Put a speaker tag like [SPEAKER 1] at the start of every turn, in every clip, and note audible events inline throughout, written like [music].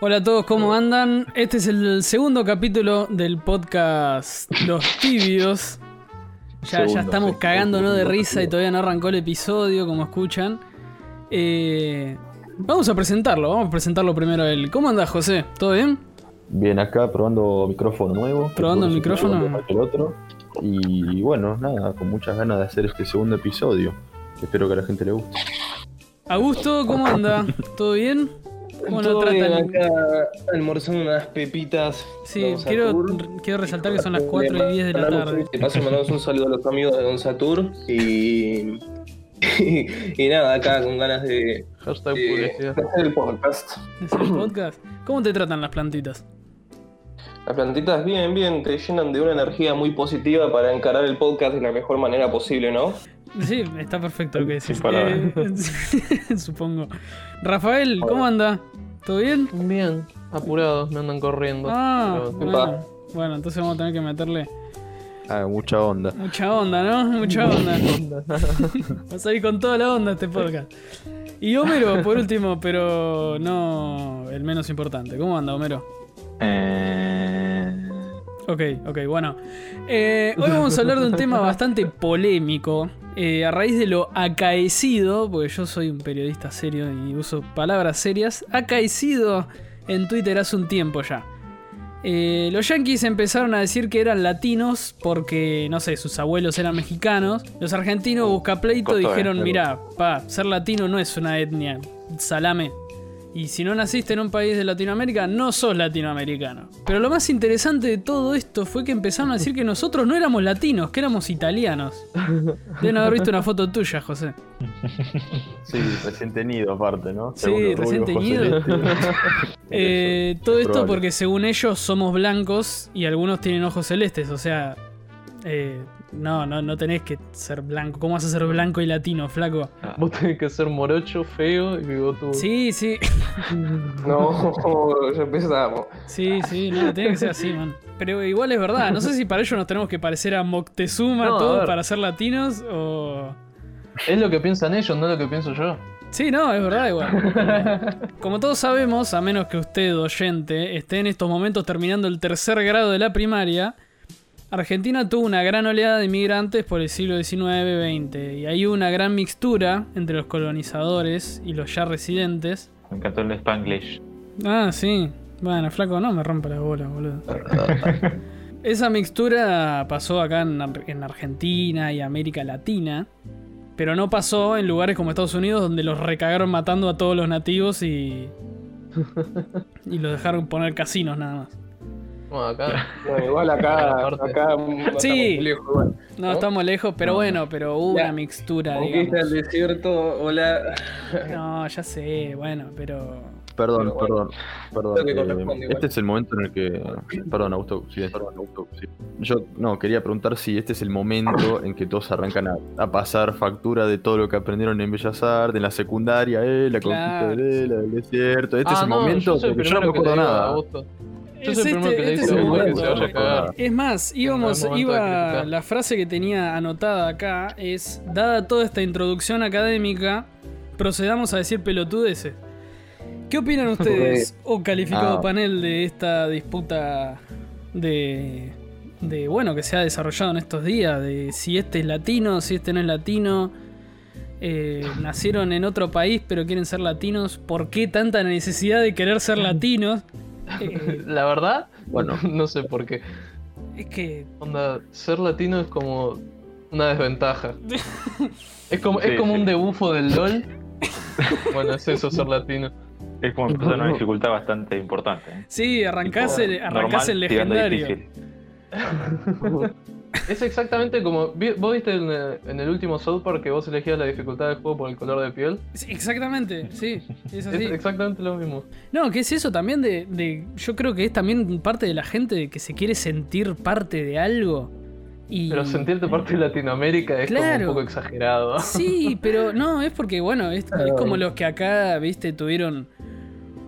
[SPEAKER 1] Hola a todos, ¿cómo andan? Este es el segundo capítulo del podcast Los Tibios. Ya, ya
[SPEAKER 2] Segundo,
[SPEAKER 1] estamos
[SPEAKER 2] sí.
[SPEAKER 1] cagándonos de
[SPEAKER 2] Segundo
[SPEAKER 1] risa y
[SPEAKER 2] capítulo.
[SPEAKER 1] todavía no arrancó el episodio, como escuchan. Eh, vamos a presentarlo, vamos a presentarlo primero a él. ¿Cómo andás, José? ¿Todo bien?
[SPEAKER 2] Bien, acá probando micrófono nuevo.
[SPEAKER 1] Probando el
[SPEAKER 2] Mejor
[SPEAKER 1] micrófono.
[SPEAKER 2] mejor que El otro. Y bueno, nada, con muchas ganas de hacer este segundo episodio. que Espero que a la gente le guste.
[SPEAKER 1] Augusto, ¿cómo anda? ¿Todo bien? ¿Cómo lo
[SPEAKER 3] Todo bien,
[SPEAKER 1] tratan?
[SPEAKER 3] acá almorzando unas pepitas.
[SPEAKER 1] Sí,
[SPEAKER 3] Vamos a
[SPEAKER 1] quiero,
[SPEAKER 3] Tour.
[SPEAKER 1] quiero resaltar que son las
[SPEAKER 3] Le
[SPEAKER 1] 4 y 10 de la
[SPEAKER 3] mandamos
[SPEAKER 1] tarde.
[SPEAKER 3] un- De paso, mandamos un saludo a los amigos de Don Satur y. [laughs] Y, nada, acá con ganas de,
[SPEAKER 4] Hashtag
[SPEAKER 3] de
[SPEAKER 4] publicidad.
[SPEAKER 3] hacer el podcast.
[SPEAKER 1] ¿Es el podcast? ¿Cómo te tratan las plantitas?
[SPEAKER 3] Las plantitas, bien, bien, te llenan de una energía muy positiva para encarar el podcast de la mejor manera posible, ¿no?
[SPEAKER 1] Sí, está perfecto lo que decís.
[SPEAKER 3] Sin palabras.
[SPEAKER 1] Eh, [laughs] supongo. Rafael, ¿cómo anda? ¿Todo bien?
[SPEAKER 4] Bien, apurados, me andan corriendo.
[SPEAKER 1] Ah,
[SPEAKER 4] pero-
[SPEAKER 1] bueno. Bueno, entonces vamos a tener que meterle
[SPEAKER 2] Ah, mucha onda.
[SPEAKER 1] mucha onda, ¿no? Mucha onda. Vas a ir con toda la onda este podcast. Y Homero, por último, pero no el menos importante. ¿Cómo anda, Homero? Ok, ok, bueno. Eh, hoy vamos a hablar de un tema bastante polémico. eh, a raíz de lo acaecido, porque yo soy un periodista serio y uso palabras serias, acaecido en Twitter hace un tiempo ya. Eh, los yankees empezaron a decir que eran latinos porque, no sé, sus abuelos eran mexicanos. Los argentinos buscapleito
[SPEAKER 2] Costó, eh,
[SPEAKER 1] dijeron,
[SPEAKER 2] pero-
[SPEAKER 1] mirá, pa, ser latino no es una etnia, salame. Y si no naciste en un país de Latinoamérica, no sos latinoamericano. Pero lo más interesante de todo esto fue que empezaron a decir que nosotros no éramos latinos, que éramos italianos. Deben haber visto una foto tuya, José.
[SPEAKER 2] Sí, recién tenido aparte, ¿no?
[SPEAKER 1] Sí, recién teñido. [laughs] Eh, todo esto
[SPEAKER 2] Probable.
[SPEAKER 1] porque según ellos somos blancos y algunos tienen ojos celestes, o sea, eh, no, no, no tenés que ser blanco. ¿Cómo vas a ser blanco y latino, flaco?
[SPEAKER 4] Vos tenés que ser morocho, feo y bigotudo.
[SPEAKER 1] Sí, sí, [laughs]
[SPEAKER 3] No, [laughs] ya empezamos.
[SPEAKER 1] sí, sí, no, tiene que ser así, man. Pero igual es verdad, no sé si para ellos nos tenemos que parecer a Moctezuma
[SPEAKER 4] No, a
[SPEAKER 1] todos
[SPEAKER 4] ver.
[SPEAKER 1] para ser latinos o...
[SPEAKER 4] Es lo que piensan ellos, no lo que pienso yo.
[SPEAKER 1] Sí, no, es verdad igual. Como todos sabemos, a menos que usted, oyente, esté en estos momentos terminando el tercer grado de la primaria, Argentina tuvo una gran oleada de inmigrantes por el siglo XIX-XX y hay una gran mixtura entre los colonizadores y los ya residentes.
[SPEAKER 5] Me encantó el Spanglish.
[SPEAKER 1] Ah, sí. Bueno, flaco, no me rompa la bola, boludo. [laughs] Esa mixtura pasó acá en, Ar- en Argentina y América Latina, pero no pasó en lugares como Estados Unidos donde los recagaron matando a todos los nativos y. y los dejaron poner casinos nada más.
[SPEAKER 4] Bueno, acá.
[SPEAKER 3] Bueno,
[SPEAKER 1] [laughs]
[SPEAKER 3] igual acá.
[SPEAKER 4] Aparte.
[SPEAKER 3] acá
[SPEAKER 1] Sí.
[SPEAKER 3] estamos lejos, igual.
[SPEAKER 1] No,
[SPEAKER 3] ¿No?
[SPEAKER 1] estamos lejos, pero bueno, pero hubo
[SPEAKER 3] Ya.
[SPEAKER 1] una mixtura,
[SPEAKER 3] Conquista el
[SPEAKER 1] digamos.
[SPEAKER 3] desierto, hola.
[SPEAKER 1] No, ya sé, bueno, pero.
[SPEAKER 2] Perdón,
[SPEAKER 3] Pero bueno.
[SPEAKER 2] perdón, perdón.
[SPEAKER 3] Creo que
[SPEAKER 2] eh,
[SPEAKER 3] corresponde igual.
[SPEAKER 2] este es el momento en el que. Perdón, Augusto. sí, perdón, Augusto, sí. Yo no, quería preguntar si este es el momento en que todos arrancan a, a pasar factura de todo lo que aprendieron en Bellas Artes, en la secundaria, eh, la
[SPEAKER 1] Claro.
[SPEAKER 2] conquista de la del desierto. Este
[SPEAKER 4] Ah,
[SPEAKER 2] es el
[SPEAKER 4] no,
[SPEAKER 2] momento
[SPEAKER 4] yo soy el
[SPEAKER 2] porque yo no
[SPEAKER 4] primero
[SPEAKER 2] me
[SPEAKER 4] que le
[SPEAKER 2] acuerdo
[SPEAKER 4] digo a
[SPEAKER 2] nada.
[SPEAKER 4] Augusto. Yo
[SPEAKER 1] Es
[SPEAKER 4] soy el primero
[SPEAKER 1] este-
[SPEAKER 4] que
[SPEAKER 1] este
[SPEAKER 4] le dice
[SPEAKER 1] es
[SPEAKER 4] a
[SPEAKER 1] el
[SPEAKER 4] Augusto que se
[SPEAKER 1] momento.
[SPEAKER 4] vaya a cagar.
[SPEAKER 1] Es más, íbamos,
[SPEAKER 4] momento de
[SPEAKER 1] iba,
[SPEAKER 4] criticar.
[SPEAKER 1] la frase que tenía anotada acá es, dada toda esta introducción académica, procedamos a decir pelotudeces. ¿Qué
[SPEAKER 4] [laughs]
[SPEAKER 1] opinan ustedes, oh calificado
[SPEAKER 2] Ah.
[SPEAKER 1] panel, de esta disputa de, de, bueno, que se ha desarrollado en estos días, de si este es latino, si este no es latino, eh, nacieron en otro país pero quieren ser latinos, ¿por qué tanta necesidad de querer
[SPEAKER 4] [laughs]
[SPEAKER 1] ser latinos? Eh,
[SPEAKER 4] La verdad,
[SPEAKER 2] Bueno.
[SPEAKER 4] [laughs] no sé por qué.
[SPEAKER 1] es que
[SPEAKER 4] Onda, ser latino es como una desventaja.
[SPEAKER 1] [laughs]
[SPEAKER 4] Es como,
[SPEAKER 5] Sí,
[SPEAKER 4] es como
[SPEAKER 5] sí.
[SPEAKER 4] un debufo del LOL. Bueno, es eso ser latino.
[SPEAKER 5] Es como empezar una dificultad bastante importante. ¿eh?
[SPEAKER 1] Sí, arrancás el,
[SPEAKER 5] Tipo,
[SPEAKER 1] arrancás
[SPEAKER 5] normal,
[SPEAKER 1] el
[SPEAKER 5] tirando a
[SPEAKER 1] legendario.
[SPEAKER 5] difícil.
[SPEAKER 4] Es exactamente como. vi- ¿Vos viste en el, en el último South Park que vos elegías la dificultad del juego por el color de piel?
[SPEAKER 1] Sí, Exactamente, sí, es
[SPEAKER 4] [laughs] Es
[SPEAKER 1] así.
[SPEAKER 4] exactamente lo mismo.
[SPEAKER 1] No, que es eso también de, de- Yo creo que es también parte de la gente de que se quiere sentir parte de algo. Y...
[SPEAKER 4] Pero sentirte parte de Latinoamérica es como
[SPEAKER 1] Claro.
[SPEAKER 4] un poco exagerado.
[SPEAKER 1] Sí, pero no, es porque, bueno, es, es como los que acá, viste, tuvieron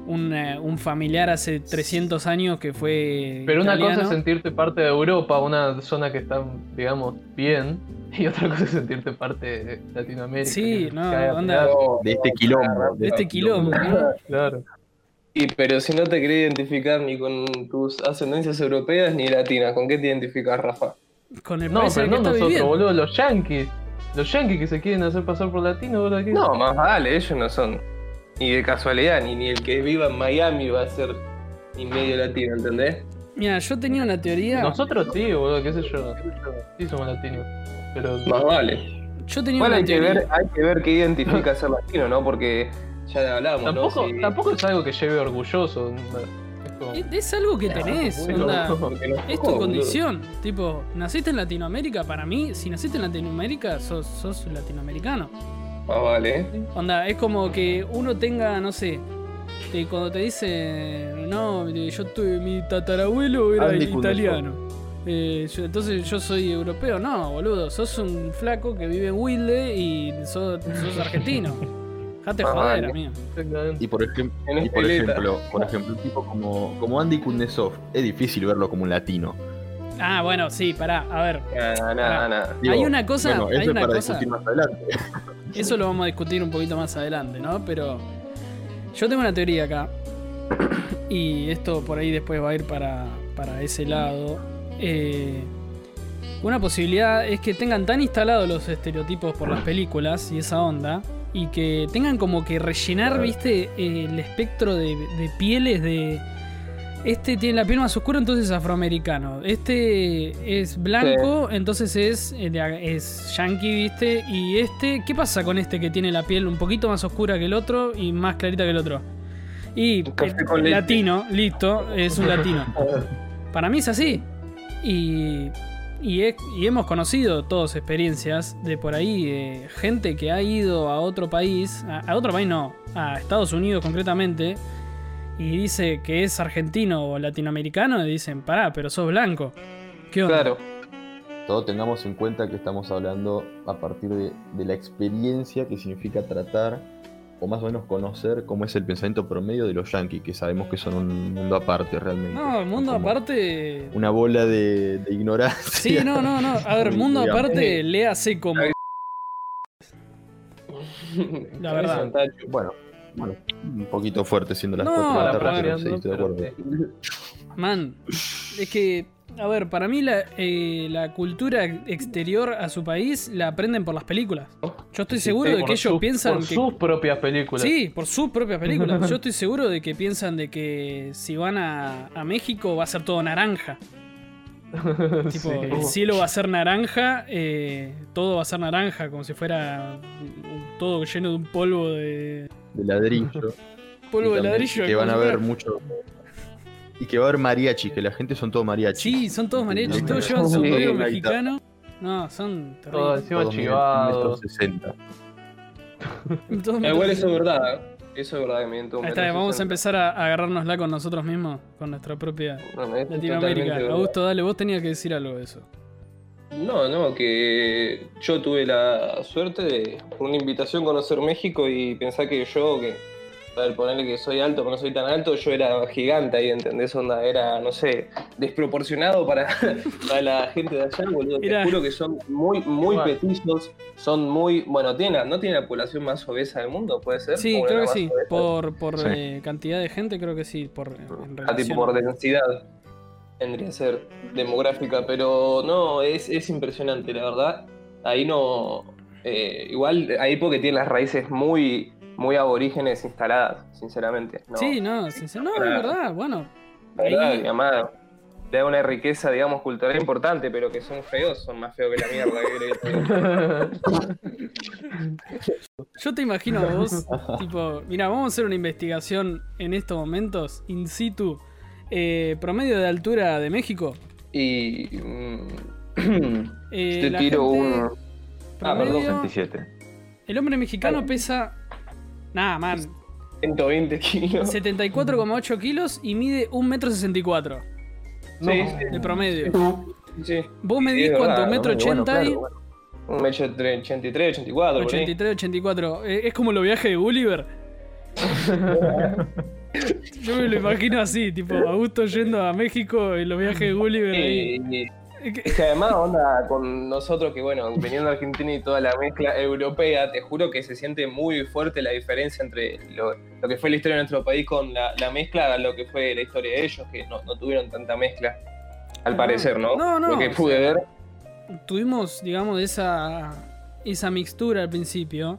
[SPEAKER 1] una- un familiar hace 300 años que fue.
[SPEAKER 4] [laughs] Pero una cosa es
[SPEAKER 1] italiano.
[SPEAKER 4] sentirte parte de Europa, una zona que está, digamos, bien, [laughs] y otra cosa es sentirte parte de Latinoamérica.
[SPEAKER 1] Sí,
[SPEAKER 4] que
[SPEAKER 1] no,
[SPEAKER 4] cae a
[SPEAKER 2] Oh.
[SPEAKER 1] onda.
[SPEAKER 4] pedazos,
[SPEAKER 2] De este quilombo.
[SPEAKER 1] De este quilombo, ¿no?
[SPEAKER 4] Claro.
[SPEAKER 3] Y pero si no te querés identificar ni con tus ascendencias europeas ni latinas, ¿con qué te identificas, Rafa?
[SPEAKER 1] Con el
[SPEAKER 4] No,
[SPEAKER 1] país en
[SPEAKER 4] pero
[SPEAKER 1] el
[SPEAKER 4] no
[SPEAKER 1] que está
[SPEAKER 4] nosotros,
[SPEAKER 1] viviendo.
[SPEAKER 4] boludo, los yankees. Los yankees que se quieren hacer pasar por latinos, boludo. ¿qué?
[SPEAKER 3] No, más vale, ellos no son. Ni de casualidad, ni, ni el que viva en Miami va a ser ni medio latino, ¿entendés?
[SPEAKER 1] Mira, yo tenía una teoría.
[SPEAKER 4] Nosotros sí, boludo, qué sé yo. Sí somos latinos. Pero
[SPEAKER 3] Más vale.
[SPEAKER 1] Yo tenía
[SPEAKER 3] Igual
[SPEAKER 1] una
[SPEAKER 3] hay que
[SPEAKER 1] teoría.
[SPEAKER 3] ver, hay que ver qué identifica ser latino, ¿no? Porque ya hablamos,
[SPEAKER 4] tampoco,
[SPEAKER 3] ¿no? Si-
[SPEAKER 4] tampoco es algo que lleve orgulloso. Es como-
[SPEAKER 1] Es, es algo que tenés,
[SPEAKER 4] boludo.
[SPEAKER 1] onda.
[SPEAKER 3] porque no-
[SPEAKER 1] Es tu
[SPEAKER 3] boludo.
[SPEAKER 1] condición. Tipo, naciste en Latinoamérica, para mí, si naciste en Latinoamérica, sos, sos latinoamericano.
[SPEAKER 3] Más vale, ¿eh?
[SPEAKER 1] Onda, es como que uno tenga, no sé, te- cuando te dice, no, eh, yo tuve, mi tatarabuelo era
[SPEAKER 2] Andy
[SPEAKER 1] italiano. Eh, yo- entonces yo soy europeo. No, boludo, sos un flaco que vive en Wilde y sos, sos argentino. Dejate
[SPEAKER 3] Ah,
[SPEAKER 1] joder,
[SPEAKER 3] vale.
[SPEAKER 1] amigo.
[SPEAKER 4] Exactamente.
[SPEAKER 2] Y por, ejem-
[SPEAKER 3] En
[SPEAKER 2] y por
[SPEAKER 3] espeleta.
[SPEAKER 2] ejemplo, por ejemplo, un tipo como, como Andy Kundesov, es difícil verlo como un latino.
[SPEAKER 1] Ah, bueno, sí, pará, a ver.
[SPEAKER 3] Nada, nada, nada.
[SPEAKER 1] Hay una cosa-
[SPEAKER 2] Bueno,
[SPEAKER 1] hay
[SPEAKER 2] eso
[SPEAKER 1] una
[SPEAKER 2] es para
[SPEAKER 1] cosa-
[SPEAKER 2] discutir más adelante.
[SPEAKER 1] Eso lo vamos a discutir un poquito más adelante, ¿no? Pero yo tengo una teoría acá. [coughs] Y esto por ahí después va a ir para, para ese lado. Eh, una posibilidad es que tengan tan instalados los estereotipos por las películas y esa onda. Y que tengan como que rellenar, viste, eh, el espectro de, de pieles de... Este tiene la piel más oscura, entonces es afroamericano. Este es blanco, entonces es, eh, de- es yankee, ¿viste? Y este, ¿qué pasa con este que tiene la piel un poquito más oscura que el otro y más clarita que el otro? Y
[SPEAKER 3] Café
[SPEAKER 1] eh,
[SPEAKER 3] con leche.
[SPEAKER 1] latino, listo, es un
[SPEAKER 3] [laughs]
[SPEAKER 1] latino. Para mí es así. Y, y, he- y hemos conocido todos experiencias de por ahí, eh, gente que ha ido a otro país, a, a otro país no, a Estados Unidos concretamente, y dice que es argentino o latinoamericano, y dicen, pará, pero sos blanco. ¿Qué onda?
[SPEAKER 3] Claro.
[SPEAKER 2] Todo tengamos en cuenta que estamos hablando a partir de, de la experiencia que significa tratar o más o menos conocer cómo es el pensamiento promedio de los yankees, que sabemos que son un mundo aparte realmente.
[SPEAKER 1] No, el mundo
[SPEAKER 2] Como [laughs]
[SPEAKER 1] aparte.
[SPEAKER 2] Una bola de, de ignorancia.
[SPEAKER 1] Sí, no, no, no. A ver,
[SPEAKER 2] Muy
[SPEAKER 1] mundo
[SPEAKER 2] digamos.
[SPEAKER 1] aparte, léase como. La verdad.
[SPEAKER 2] Bueno, bueno, [laughs] un poquito fuerte siendo las
[SPEAKER 1] No,
[SPEAKER 2] cuatro de
[SPEAKER 1] la
[SPEAKER 2] la tarde,
[SPEAKER 1] palabra
[SPEAKER 2] pero sí,
[SPEAKER 4] ando,
[SPEAKER 2] estoy de
[SPEAKER 4] pero
[SPEAKER 2] acuerdo.
[SPEAKER 1] Man, es que, a ver, para mí la, eh, la cultura exterior a su país la aprenden por las películas. Yo estoy seguro de
[SPEAKER 4] Por
[SPEAKER 1] que ellos
[SPEAKER 4] sus-
[SPEAKER 1] piensan
[SPEAKER 4] Por
[SPEAKER 1] que...
[SPEAKER 4] sus propias películas.
[SPEAKER 1] Sí, por sus propias películas. Yo estoy seguro de que piensan de que si van a, a México va a ser todo
[SPEAKER 4] [laughs]
[SPEAKER 1] naranja. Tipo,
[SPEAKER 4] Sí.
[SPEAKER 1] el cielo va a ser naranja, eh, todo va a ser naranja, como si fuera mm, todo lleno de un polvo de...
[SPEAKER 2] De ladrillo.
[SPEAKER 1] [laughs] Polvo de
[SPEAKER 2] Y también
[SPEAKER 1] ladrillo.
[SPEAKER 2] Que
[SPEAKER 1] como
[SPEAKER 2] van a
[SPEAKER 1] si fuera-
[SPEAKER 2] ver mucho. Y que va a haber mariachi, que la gente son todo mariachi.
[SPEAKER 1] Sí, son todos mariachis,
[SPEAKER 2] Sí,
[SPEAKER 1] todos
[SPEAKER 2] sí,
[SPEAKER 1] llevan
[SPEAKER 3] sí,
[SPEAKER 1] sombrero
[SPEAKER 2] la guitarra.
[SPEAKER 1] mexicano. No, son
[SPEAKER 4] Todo
[SPEAKER 1] terribles.
[SPEAKER 4] encima
[SPEAKER 2] Todos miden
[SPEAKER 4] chivado.
[SPEAKER 2] 1,60.
[SPEAKER 1] Todos
[SPEAKER 3] Ah, Igual
[SPEAKER 1] metidos.
[SPEAKER 3] eso es verdad. ¿eh? Eso es verdad que me
[SPEAKER 1] Ahí está, vamos a empezar a agarrárnosla con nosotros mismos, con nuestra propia Latinoamérica. Augusto, dale, vos tenías que decir algo de eso.
[SPEAKER 3] No, no, que yo tuve la suerte de, por una invitación, conocer México y pensar que yo, que, a ver, ponerle que soy alto, pero no soy tan alto, yo era gigante ahí, ¿entendés? Onda, era, no sé, desproporcionado para, [laughs] para la gente de allá, boludo.
[SPEAKER 1] Era-
[SPEAKER 3] Te juro que son muy, muy
[SPEAKER 4] Igual.
[SPEAKER 3] petizos, son muy. Bueno, tienen, la- ¿no tiene la población más obesa del mundo? ¿Puede ser?
[SPEAKER 1] Sí,
[SPEAKER 3] ¿O la
[SPEAKER 1] creo que
[SPEAKER 3] más
[SPEAKER 1] sí.
[SPEAKER 3] obesa?
[SPEAKER 1] Por, por
[SPEAKER 2] Sí.
[SPEAKER 1] eh, cantidad de gente, creo que sí. Por, en
[SPEAKER 3] Ah, tipo
[SPEAKER 1] relación
[SPEAKER 3] por
[SPEAKER 1] a-
[SPEAKER 3] densidad tendría que ser demográfica, pero no, es, es impresionante, la verdad. Ahí no. eh, igual, ahí porque tiene las raíces muy, muy aborígenes instaladas, sinceramente. ¿no?
[SPEAKER 1] Sí, no, sincero- no,
[SPEAKER 3] Claro.
[SPEAKER 1] es verdad, bueno.
[SPEAKER 3] La verdad,
[SPEAKER 1] ahí-
[SPEAKER 3] mi mamá le da una riqueza, digamos, cultural importante, pero que son feos, son más feos que la mierda. que creo que
[SPEAKER 1] [laughs]
[SPEAKER 3] son.
[SPEAKER 1] Yo te imagino a
[SPEAKER 3] [laughs]
[SPEAKER 1] vos, tipo, mira, vamos a hacer una investigación en estos momentos, in situ, eh, promedio de altura de México.
[SPEAKER 3] y. mm, [clears throat]
[SPEAKER 1] Eh,
[SPEAKER 3] te
[SPEAKER 1] la
[SPEAKER 3] tiro
[SPEAKER 1] gente
[SPEAKER 3] un. Ah, perdón,
[SPEAKER 1] promedio-
[SPEAKER 5] 67.
[SPEAKER 1] El hombre mexicano
[SPEAKER 3] Dale.
[SPEAKER 1] pesa. Nada,
[SPEAKER 3] [laughs]
[SPEAKER 1] man.
[SPEAKER 3] 120 kilos.
[SPEAKER 1] 74,8 kilos y mide 1,64 m
[SPEAKER 4] No.
[SPEAKER 3] Sí, sí.
[SPEAKER 1] de promedio.
[SPEAKER 3] Sí.
[SPEAKER 1] Vos medís
[SPEAKER 3] es
[SPEAKER 1] cuánto,
[SPEAKER 3] verdad,
[SPEAKER 1] un metro
[SPEAKER 2] Bueno, bueno,
[SPEAKER 1] ochenta y.
[SPEAKER 2] claro, bueno.
[SPEAKER 3] Un metro 83, 84, por ahí.
[SPEAKER 1] 83, 84. Eh, Es como los viajes de Gulliver. Yo me lo imagino así, tipo, Augusto yendo a México en los viajes de Gulliver. ahí.
[SPEAKER 3] Eh, Es que además, onda, con nosotros que, bueno, viniendo a Argentina y toda la mezcla europea, te juro que se siente muy fuerte la diferencia entre lo, lo que fue la historia de nuestro país con la, la mezcla a lo que fue la historia de ellos, que no, no tuvieron tanta mezcla, al parecer, ¿no?
[SPEAKER 1] No, no,
[SPEAKER 3] Lo que
[SPEAKER 1] o
[SPEAKER 3] pude
[SPEAKER 1] sea,
[SPEAKER 3] ver.
[SPEAKER 1] Tuvimos, digamos, esa, esa mixtura al principio.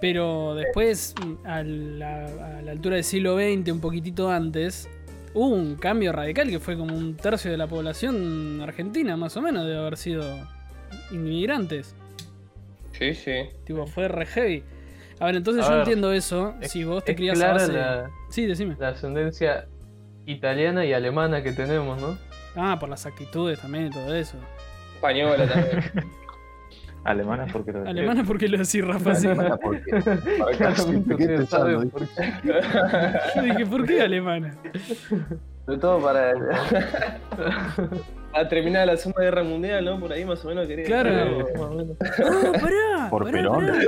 [SPEAKER 1] Pero después, a la, a la altura del siglo XX, un poquitito antes, hubo un cambio radical que fue como un tercio de la población argentina, más o menos, de haber sido inmigrantes.
[SPEAKER 3] Sí, sí.
[SPEAKER 1] Tipo, fue re heavy. A ver, entonces
[SPEAKER 4] A
[SPEAKER 1] yo
[SPEAKER 4] ver,
[SPEAKER 1] entiendo eso.
[SPEAKER 4] es-
[SPEAKER 1] si vos te
[SPEAKER 4] es
[SPEAKER 1] crías a
[SPEAKER 4] clara
[SPEAKER 1] base-
[SPEAKER 4] la-
[SPEAKER 1] Sí, decime.
[SPEAKER 4] La ascendencia italiana y alemana que tenemos, ¿no?
[SPEAKER 1] Ah, por las actitudes también y todo eso.
[SPEAKER 3] Española también.
[SPEAKER 5] Alemana porque lo
[SPEAKER 1] Alemana, ¿por qué lo decís, Rafa?
[SPEAKER 2] [laughs]
[SPEAKER 1] Sí.
[SPEAKER 2] Alemana, ¿por qué? Para
[SPEAKER 4] [laughs]
[SPEAKER 2] acá,
[SPEAKER 4] Claro,
[SPEAKER 2] siempre, ¿qué
[SPEAKER 4] ustedes
[SPEAKER 2] pensando?
[SPEAKER 4] saben
[SPEAKER 2] Dije,
[SPEAKER 4] por qué.
[SPEAKER 1] Yo dije, ¿por qué alemana?
[SPEAKER 3] Sobre todo para. [laughs] a terminar Ah, la Segunda Guerra Mundial, ¿no? Por ahí más o menos quería.
[SPEAKER 1] Claro.
[SPEAKER 4] Más
[SPEAKER 1] [laughs]
[SPEAKER 4] o menos.
[SPEAKER 1] No, pará.
[SPEAKER 2] Por
[SPEAKER 1] pará,
[SPEAKER 2] Perón.
[SPEAKER 1] pará.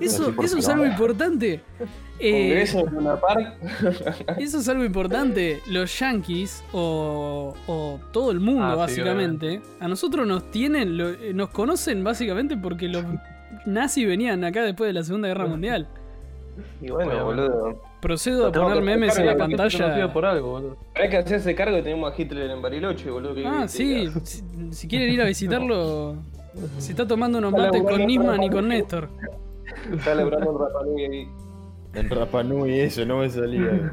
[SPEAKER 1] Eso,
[SPEAKER 2] Así por
[SPEAKER 1] eso es
[SPEAKER 2] Perón.
[SPEAKER 1] algo importante. Eh,
[SPEAKER 3] Congreso de una parte.
[SPEAKER 1] eso es algo importante. Los yankees o, o todo el mundo,
[SPEAKER 4] Ah, sí,
[SPEAKER 1] básicamente, a nosotros nos tienen, lo- eh, nos conocen básicamente porque los nazis venían acá después de la Segunda Guerra Mundial.
[SPEAKER 3] Y bueno,
[SPEAKER 4] Bueno,
[SPEAKER 3] boludo.
[SPEAKER 1] Procedo a
[SPEAKER 3] Lo tengo
[SPEAKER 1] poner
[SPEAKER 3] que
[SPEAKER 1] memes en
[SPEAKER 3] sacar
[SPEAKER 1] la
[SPEAKER 3] de la
[SPEAKER 1] pantalla.
[SPEAKER 4] Conocido por algo, boludo.
[SPEAKER 3] Hay que hacerse cargo que tenemos a Hitler en Bariloche, boludo. que-
[SPEAKER 1] Ah,
[SPEAKER 3] que-
[SPEAKER 1] sí.
[SPEAKER 3] que-
[SPEAKER 1] Si, si quieren ir a visitarlo, se está tomando unos
[SPEAKER 3] Está
[SPEAKER 1] mates
[SPEAKER 3] laburando
[SPEAKER 1] con
[SPEAKER 3] otra
[SPEAKER 1] Nisman y
[SPEAKER 3] parte.
[SPEAKER 1] con Néstor.
[SPEAKER 3] Está laburando en Rapa Nui ahí.
[SPEAKER 2] En Rapa Nui eso no
[SPEAKER 1] [laughs]
[SPEAKER 2] me salía.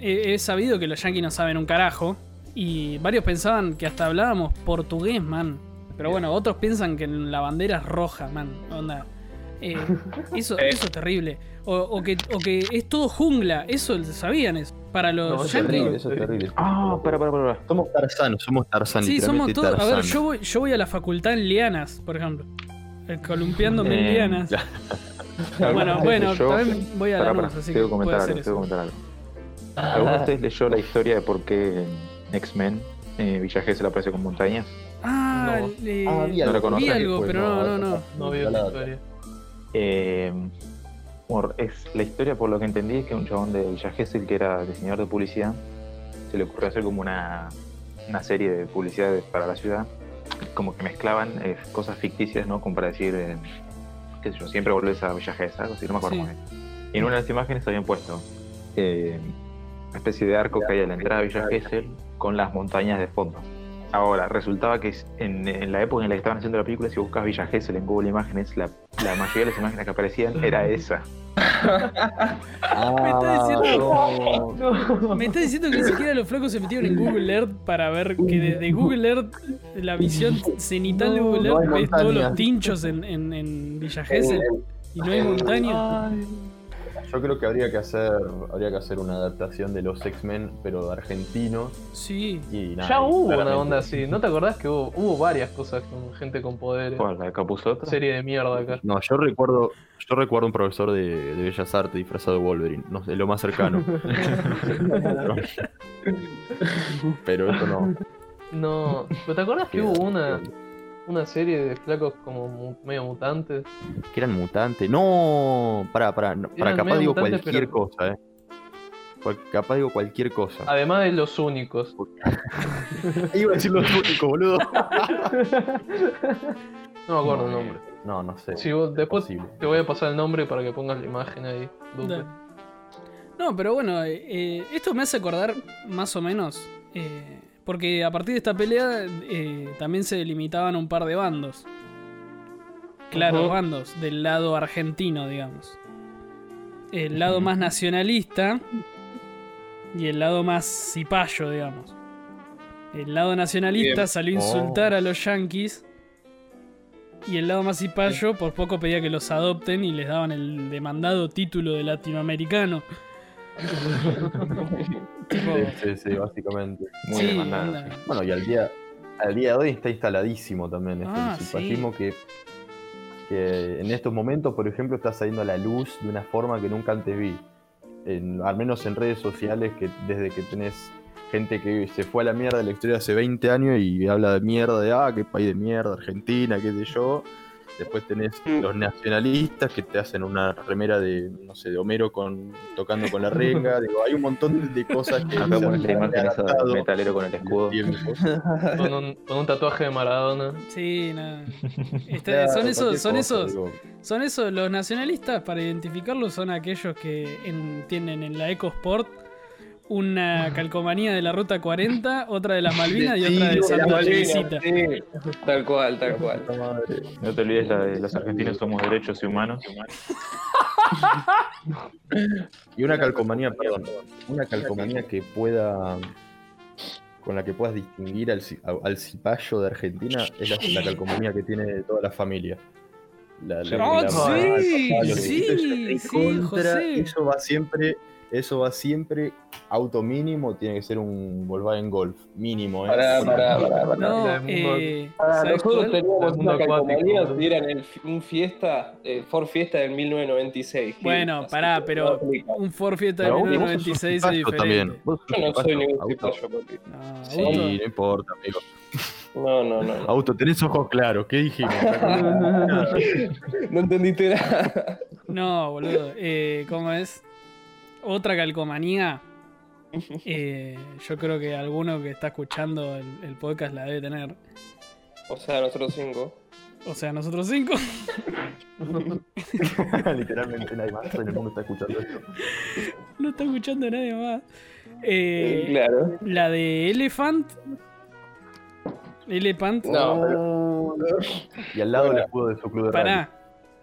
[SPEAKER 1] He, he sabido que los yanquis no saben un carajo. Y varios pensaban que hasta hablábamos portugués, man. Pero bueno, otros piensan que la bandera es roja, man. Onda. Eh, eso,
[SPEAKER 3] Eh.
[SPEAKER 1] eso es terrible. O, o que, o que es todo jungla. Eso sabían eso. Para los
[SPEAKER 4] No,
[SPEAKER 2] Eso es
[SPEAKER 1] yanquis.
[SPEAKER 2] terrible, eso es terrible.
[SPEAKER 5] Ah, para, para, para.
[SPEAKER 2] Somos tarzanos, somos tarzanos.
[SPEAKER 1] Sí, somos todos. A ver, yo voy, yo voy a la facultad en lianas, por ejemplo. Eh, Columpiándome en
[SPEAKER 5] Eh,
[SPEAKER 1] lianas. Bueno, bueno,
[SPEAKER 5] Yo-
[SPEAKER 1] también voy a la
[SPEAKER 5] Pará, pará,
[SPEAKER 1] así que
[SPEAKER 5] tengo que
[SPEAKER 1] puede
[SPEAKER 5] comentar
[SPEAKER 1] ser
[SPEAKER 5] algo, tengo que
[SPEAKER 1] eso.
[SPEAKER 5] comentar algo. ¿Alguno de ustedes leyó la historia de por qué en X-Men eh, Villa G se le aparece con montañas?
[SPEAKER 1] Ah,
[SPEAKER 4] No.
[SPEAKER 1] le-
[SPEAKER 2] Ah,
[SPEAKER 1] vi
[SPEAKER 2] vi algo. pues,
[SPEAKER 5] No lo
[SPEAKER 1] algo,
[SPEAKER 5] conozco,
[SPEAKER 1] pero no, no, no.
[SPEAKER 4] No veo la historia.
[SPEAKER 5] Eh, por- es, la historia, por lo que entendí, es que un chabón de Villa Gesell, que era diseñador de publicidad, se le ocurrió hacer como una, una serie de publicidades para la ciudad, como que mezclaban eh, cosas ficticias, ¿no? Como para decir, eh, qué sé yo, siempre volvés a Villa Gesell, algo así, no me acuerdo
[SPEAKER 1] Sí.
[SPEAKER 5] muy bien. Y en una de las imágenes habían puesto eh, una especie de arco que hay a la entrada de Villa Gesell con las montañas de fondo. Ahora, resultaba que es- en, en la época en la que estaban haciendo la película, si buscas Villa Gesell en Google Imágenes, la, la mayoría de las imágenes que aparecían era esa.
[SPEAKER 1] Me
[SPEAKER 2] Ah,
[SPEAKER 1] está diciendo-
[SPEAKER 2] no.
[SPEAKER 1] [laughs] Me está diciendo que ni siquiera los flacos se metieron
[SPEAKER 2] [laughs]
[SPEAKER 1] en Google Earth para ver que desde Google Earth la visión cenital de
[SPEAKER 4] No,
[SPEAKER 1] Google
[SPEAKER 2] no
[SPEAKER 1] Earth
[SPEAKER 2] hay Eh,
[SPEAKER 1] ves todos
[SPEAKER 2] montaña.
[SPEAKER 1] los tinchos en, en, en Villa Gesell
[SPEAKER 3] Eh,
[SPEAKER 1] y no hay
[SPEAKER 2] ah.
[SPEAKER 1] montaña.
[SPEAKER 2] Yo creo que habría que hacer habría que hacer una adaptación de los X-Men, pero argentinos
[SPEAKER 1] Sí.
[SPEAKER 2] y nada.
[SPEAKER 4] Ya
[SPEAKER 2] y
[SPEAKER 4] hubo una
[SPEAKER 2] claramente-
[SPEAKER 4] onda así. ¿No te acordás que hubo, hubo varias cosas con gente con poderes?
[SPEAKER 5] ¿Cuál? ¿La de Capuzoto?
[SPEAKER 4] Serie de mierda acá.
[SPEAKER 2] No, yo recuerdo yo recuerdo un profesor de, de Bellas Artes disfrazado de Wolverine, no sé, lo
[SPEAKER 1] [laughs]
[SPEAKER 2] más cercano. pero esto no.
[SPEAKER 4] No, pero ¿te acordás que hubo una, una serie de flacos como mu- medio mutantes?
[SPEAKER 2] Que eran mutantes. No, para, para, para
[SPEAKER 4] Eran
[SPEAKER 2] capaz
[SPEAKER 4] medio
[SPEAKER 2] digo
[SPEAKER 4] mutantes,
[SPEAKER 2] cualquier
[SPEAKER 4] pero-
[SPEAKER 2] cosa, eh. Cual- Capaz digo cualquier cosa.
[SPEAKER 4] Además de los únicos.
[SPEAKER 2] Iba a decir los únicos, boludo.
[SPEAKER 4] No me acuerdo el nombre.
[SPEAKER 2] No, no sé.
[SPEAKER 4] Si vos- después
[SPEAKER 2] Imposible.
[SPEAKER 4] te voy a pasar el nombre para que pongas la imagen ahí. Dupe.
[SPEAKER 1] Da. No, pero bueno, eh, eh, esto me hace acordar más o menos, eh, porque a partir de esta pelea eh, también se delimitaban un par de bandos. Claro,
[SPEAKER 4] Ujú.
[SPEAKER 1] bandos, del lado argentino, digamos. El lado más nacionalista y el lado más cipayo, digamos. El lado nacionalista
[SPEAKER 3] Bien.
[SPEAKER 1] salió a
[SPEAKER 2] Oh.
[SPEAKER 1] insultar a los yanquis. Y el lado más cipayo por poco pedía que los adopten y les daban el demandado título de
[SPEAKER 2] [laughs]
[SPEAKER 1] latinoamericano. Tipo,
[SPEAKER 2] Sí, sí, sí, básicamente.
[SPEAKER 5] Muy
[SPEAKER 1] sí,
[SPEAKER 5] demandada,
[SPEAKER 1] onda.
[SPEAKER 5] sí.
[SPEAKER 2] Bueno, y al día, al día de hoy está instaladísimo también este
[SPEAKER 1] Ah,
[SPEAKER 2] anticipallismo que, que en estos momentos, por ejemplo, está saliendo a la luz de una forma que nunca antes vi. En- al menos en redes sociales, que desde que tenés gente que se fue a la mierda de la historia hace 20 años y habla de mierda, de ah, qué país de mierda, Argentina, qué sé yo. Después tenés
[SPEAKER 5] Mm.
[SPEAKER 2] los nacionalistas que te hacen una remera de, no sé, de Homero con, tocando
[SPEAKER 5] [laughs]
[SPEAKER 2] con la renga. Digo, hay un montón de cosas que.
[SPEAKER 5] Acá
[SPEAKER 2] se
[SPEAKER 5] pones
[SPEAKER 2] han
[SPEAKER 5] la imagen esa del
[SPEAKER 2] adaptado
[SPEAKER 5] metalero con el escudo.
[SPEAKER 2] en el tiempo.
[SPEAKER 4] Con un, con un tatuaje de Maradona.
[SPEAKER 1] Sí, nada. Está-
[SPEAKER 2] Claro,
[SPEAKER 1] son esos,
[SPEAKER 2] cualquier
[SPEAKER 1] son
[SPEAKER 2] cosa,
[SPEAKER 1] esos.
[SPEAKER 2] digo.
[SPEAKER 1] Son esos, los nacionalistas, para identificarlos, son aquellos que en- tienen en la EcoSport
[SPEAKER 2] [laughs]
[SPEAKER 1] una calcomanía de la Ruta 40, otra de las Malvinas y otra de
[SPEAKER 2] Tiro de
[SPEAKER 1] Santa
[SPEAKER 2] las Malvinas,
[SPEAKER 1] Teresita.
[SPEAKER 3] Sí, tal cual, tal cual.
[SPEAKER 2] Puta madre.
[SPEAKER 5] No te olvides la de los argentinos somos derechos y humanos.
[SPEAKER 2] Y una calcomanía, perdón, una calcomanía que pueda con la que puedas distinguir al, ci- a- al cipayo de Argentina es la, la calcomanía que tiene toda la familia. La, la-
[SPEAKER 1] ¡Ah,
[SPEAKER 2] la mamá, el
[SPEAKER 1] sí!
[SPEAKER 2] papá, los
[SPEAKER 1] Sí,
[SPEAKER 2] hijos.
[SPEAKER 1] sí,
[SPEAKER 2] Contra,
[SPEAKER 1] José.
[SPEAKER 2] Eso va siempre, eso va siempre auto mínimo, tiene que ser un Volkswagen Golf, mínimo. ¿eh?
[SPEAKER 3] Pará, pará, pará, pará.
[SPEAKER 1] No,
[SPEAKER 4] La del mundo-
[SPEAKER 1] eh,
[SPEAKER 3] Ah,
[SPEAKER 1] ¿sabes
[SPEAKER 3] nosotros
[SPEAKER 1] cuál?
[SPEAKER 4] Del
[SPEAKER 3] teníamos
[SPEAKER 4] mundo
[SPEAKER 3] una calcomanía
[SPEAKER 4] acuático.
[SPEAKER 3] si era en el- un fiesta, eh, Ford Fiesta del 1996.
[SPEAKER 1] Bueno,
[SPEAKER 3] Así
[SPEAKER 1] pará,
[SPEAKER 3] que
[SPEAKER 1] pero-
[SPEAKER 3] no aplica.
[SPEAKER 1] Un Ford Fiesta de
[SPEAKER 2] Pero vos- vos sos un
[SPEAKER 1] 1996 es
[SPEAKER 2] cipayo
[SPEAKER 1] diferente.
[SPEAKER 2] también. Vos sos
[SPEAKER 3] Yo
[SPEAKER 2] un
[SPEAKER 3] no soy
[SPEAKER 2] cipayo,
[SPEAKER 3] ningún
[SPEAKER 2] auto.
[SPEAKER 3] cipayo, papi.
[SPEAKER 1] No,
[SPEAKER 3] Sí.
[SPEAKER 1] Augusto,
[SPEAKER 2] Sí, no importa, amigo.
[SPEAKER 3] No, no, no. No,
[SPEAKER 2] Auto, tenés ojos claros, ¿qué
[SPEAKER 1] [laughs]
[SPEAKER 2] dijimos?
[SPEAKER 3] no entendiste nada. [laughs]
[SPEAKER 1] No, boludo. Eh, ¿Cómo es? Otra
[SPEAKER 3] [laughs]
[SPEAKER 1] calcomanía. Eh, yo creo que alguno que está escuchando el, el podcast la debe tener.
[SPEAKER 3] O sea, nosotros cinco.
[SPEAKER 1] O sea, nosotros cinco. [laughs]
[SPEAKER 2] Literalmente nadie más en el mundo está escuchando esto.
[SPEAKER 1] No está escuchando nadie más. Eh,
[SPEAKER 3] claro.
[SPEAKER 1] La de Elephant. Elephant.
[SPEAKER 3] No, pero-
[SPEAKER 2] Y al lado el escudo de su club de rugby.
[SPEAKER 1] Pará.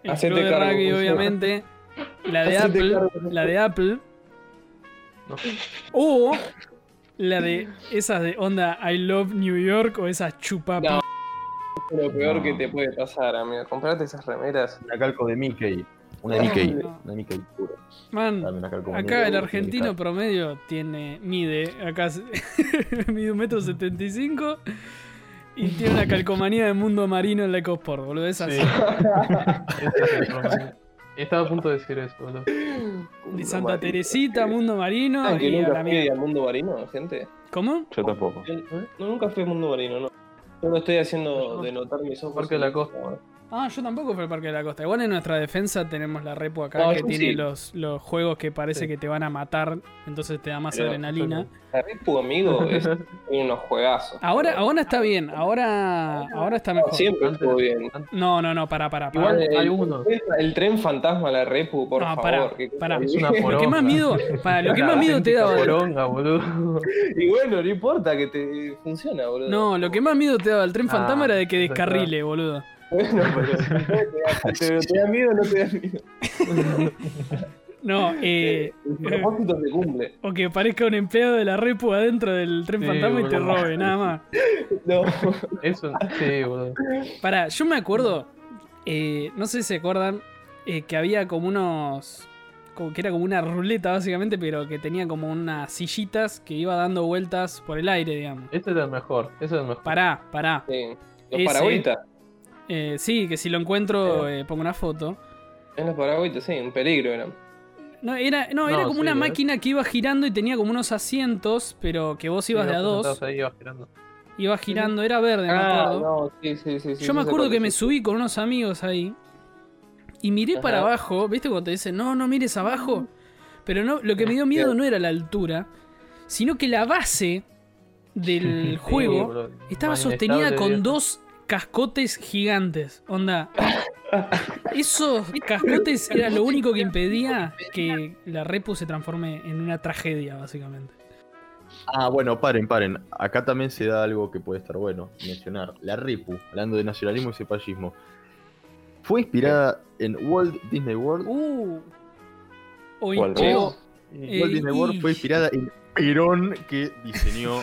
[SPEAKER 1] El
[SPEAKER 3] Hacete
[SPEAKER 1] club de
[SPEAKER 3] cargo,
[SPEAKER 1] rugby,
[SPEAKER 3] José.
[SPEAKER 1] obviamente. La de
[SPEAKER 3] Hacete
[SPEAKER 1] Apple.
[SPEAKER 3] cargo.
[SPEAKER 1] La de Apple.
[SPEAKER 4] No.
[SPEAKER 1] O la de esas de onda I Love New York o esas chupapi.
[SPEAKER 3] No. lo peor
[SPEAKER 5] No.
[SPEAKER 3] que te puede pasar, amigo. Comprate esas remeras.
[SPEAKER 2] Una calco de Mickey. Una de Mickey.
[SPEAKER 1] No.
[SPEAKER 2] Una Mickey pura. Dame
[SPEAKER 1] Man,
[SPEAKER 2] una calco
[SPEAKER 1] acá el argentino promedio tiene, mide, acá se- [laughs] mide un metro setenta y cinco y tiene una calcomanía de mundo marino en la Ecosport, boludo. Es así.
[SPEAKER 4] Sí. Ese Este es el problema. Estaba a punto de decir eso, boludo.
[SPEAKER 1] De
[SPEAKER 3] Mundo
[SPEAKER 1] Santa
[SPEAKER 3] marino.
[SPEAKER 1] Teresita, mundo marino
[SPEAKER 3] Ah, que
[SPEAKER 1] y a
[SPEAKER 3] nunca
[SPEAKER 1] la
[SPEAKER 3] fui
[SPEAKER 1] mierda.
[SPEAKER 3] al mundo marino, gente.
[SPEAKER 1] ¿Cómo?
[SPEAKER 5] Yo tampoco.
[SPEAKER 3] Yo- ¿eh? No, nunca fui al mundo marino, no. Yo no estoy haciendo denotar mis ojos.
[SPEAKER 4] Parque de la Costa.
[SPEAKER 1] Ah, yo tampoco fui al Parque de la Costa. Igual en nuestra defensa tenemos la repo acá
[SPEAKER 3] No,
[SPEAKER 1] que
[SPEAKER 3] yo
[SPEAKER 1] tiene
[SPEAKER 3] sí.
[SPEAKER 1] los, los juegos que parece
[SPEAKER 4] Ah, Sí.
[SPEAKER 1] que te van a matar, entonces te da más
[SPEAKER 3] Pero-
[SPEAKER 1] adrenalina.
[SPEAKER 3] La Repu, amigo,
[SPEAKER 4] [laughs]
[SPEAKER 3] es unos juegazos.
[SPEAKER 1] Ahora, ahora está bien, ahora, ahora está mejor.
[SPEAKER 3] Siempre
[SPEAKER 4] Antes-
[SPEAKER 3] estuvo bien. Ah,
[SPEAKER 1] No, no, no, pará, pará, pará.
[SPEAKER 4] Igual
[SPEAKER 3] el,
[SPEAKER 4] hay uno.
[SPEAKER 3] El tren fantasma, la Repu, por
[SPEAKER 1] No, pará,
[SPEAKER 3] favor. que-
[SPEAKER 1] pará.
[SPEAKER 4] Es una
[SPEAKER 1] Lo que
[SPEAKER 4] poronga.
[SPEAKER 1] más miedo, para, lo que más miedo te daba.
[SPEAKER 4] Poronga, boludo.
[SPEAKER 3] [laughs]
[SPEAKER 4] [laughs]
[SPEAKER 3] Y bueno, no importa que te funciona, boludo.
[SPEAKER 1] No, lo que más miedo te daba el tren
[SPEAKER 4] Ah,
[SPEAKER 1] fantasma era de que
[SPEAKER 4] es verdad.
[SPEAKER 1] descarrile, boludo.
[SPEAKER 3] [laughs] Bueno, pero te da- te da miedo o no te da miedo.
[SPEAKER 1] No, [laughs] eh,
[SPEAKER 3] El propósito
[SPEAKER 1] [laughs]
[SPEAKER 3] te cumple.
[SPEAKER 1] o que parezca un empleado de la repu adentro del tren
[SPEAKER 4] Sí,
[SPEAKER 1] fantasma y te
[SPEAKER 4] boludo.
[SPEAKER 1] robe, nada más.
[SPEAKER 3] No.
[SPEAKER 4] Eso, sí, boludo.
[SPEAKER 1] Pará, yo me acuerdo, eh, no sé si se acuerdan, eh, que había como unos. como que era como una ruleta básicamente, pero que tenía como unas sillitas que iba dando vueltas por el aire, digamos.
[SPEAKER 4] Este era el mejor. Ese era el mejor.
[SPEAKER 1] Pará, pará.
[SPEAKER 3] Sí.
[SPEAKER 1] Ese-
[SPEAKER 3] Los paragüitas.
[SPEAKER 1] Eh, sí, que si lo encuentro eh, pongo una foto.
[SPEAKER 3] En los paragüitas, sí, un peligro eran.
[SPEAKER 1] No, era, no, era
[SPEAKER 4] No,
[SPEAKER 1] como
[SPEAKER 4] sí,
[SPEAKER 1] una
[SPEAKER 4] ¿eh?
[SPEAKER 1] máquina que iba girando y tenía como unos asientos, pero que vos ibas de a dos,
[SPEAKER 4] Ahí, ibas girando.
[SPEAKER 1] iba girando, era verde, me
[SPEAKER 3] Ah,
[SPEAKER 1] acuerdo.
[SPEAKER 3] no, sí, sí, sí. sí,
[SPEAKER 1] Yo me
[SPEAKER 3] sí,
[SPEAKER 1] acuerdo
[SPEAKER 3] sé
[SPEAKER 1] que
[SPEAKER 3] cuál
[SPEAKER 1] me
[SPEAKER 3] es.
[SPEAKER 1] subí con unos amigos ahí y miré para
[SPEAKER 3] Ajá.
[SPEAKER 1] abajo, ¿viste cuando te dicen, no, no mires abajo? Pero no, lo que me dio miedo no era la altura, sino que la base del
[SPEAKER 4] Sí,
[SPEAKER 1] juego
[SPEAKER 4] boludo.
[SPEAKER 1] estaba
[SPEAKER 4] Más
[SPEAKER 1] sostenida
[SPEAKER 4] inestable,
[SPEAKER 1] con
[SPEAKER 4] viejo.
[SPEAKER 1] dos cascotes gigantes. Onda. Esos cascotes era lo único que impedía que la repu se transforme en una tragedia, básicamente.
[SPEAKER 2] [laughs] Ah, bueno, paren, paren. Acá también se da algo que puede estar bueno mencionar. La Repu, hablando de nacionalismo y cepallismo. Fue inspirada en Walt Disney World.
[SPEAKER 1] Uh. O,
[SPEAKER 5] ¿Cuál,
[SPEAKER 1] o-
[SPEAKER 5] Rebo?
[SPEAKER 1] Eh,
[SPEAKER 2] Walt Disney
[SPEAKER 1] y-
[SPEAKER 2] World fue inspirada en Perón, que diseñó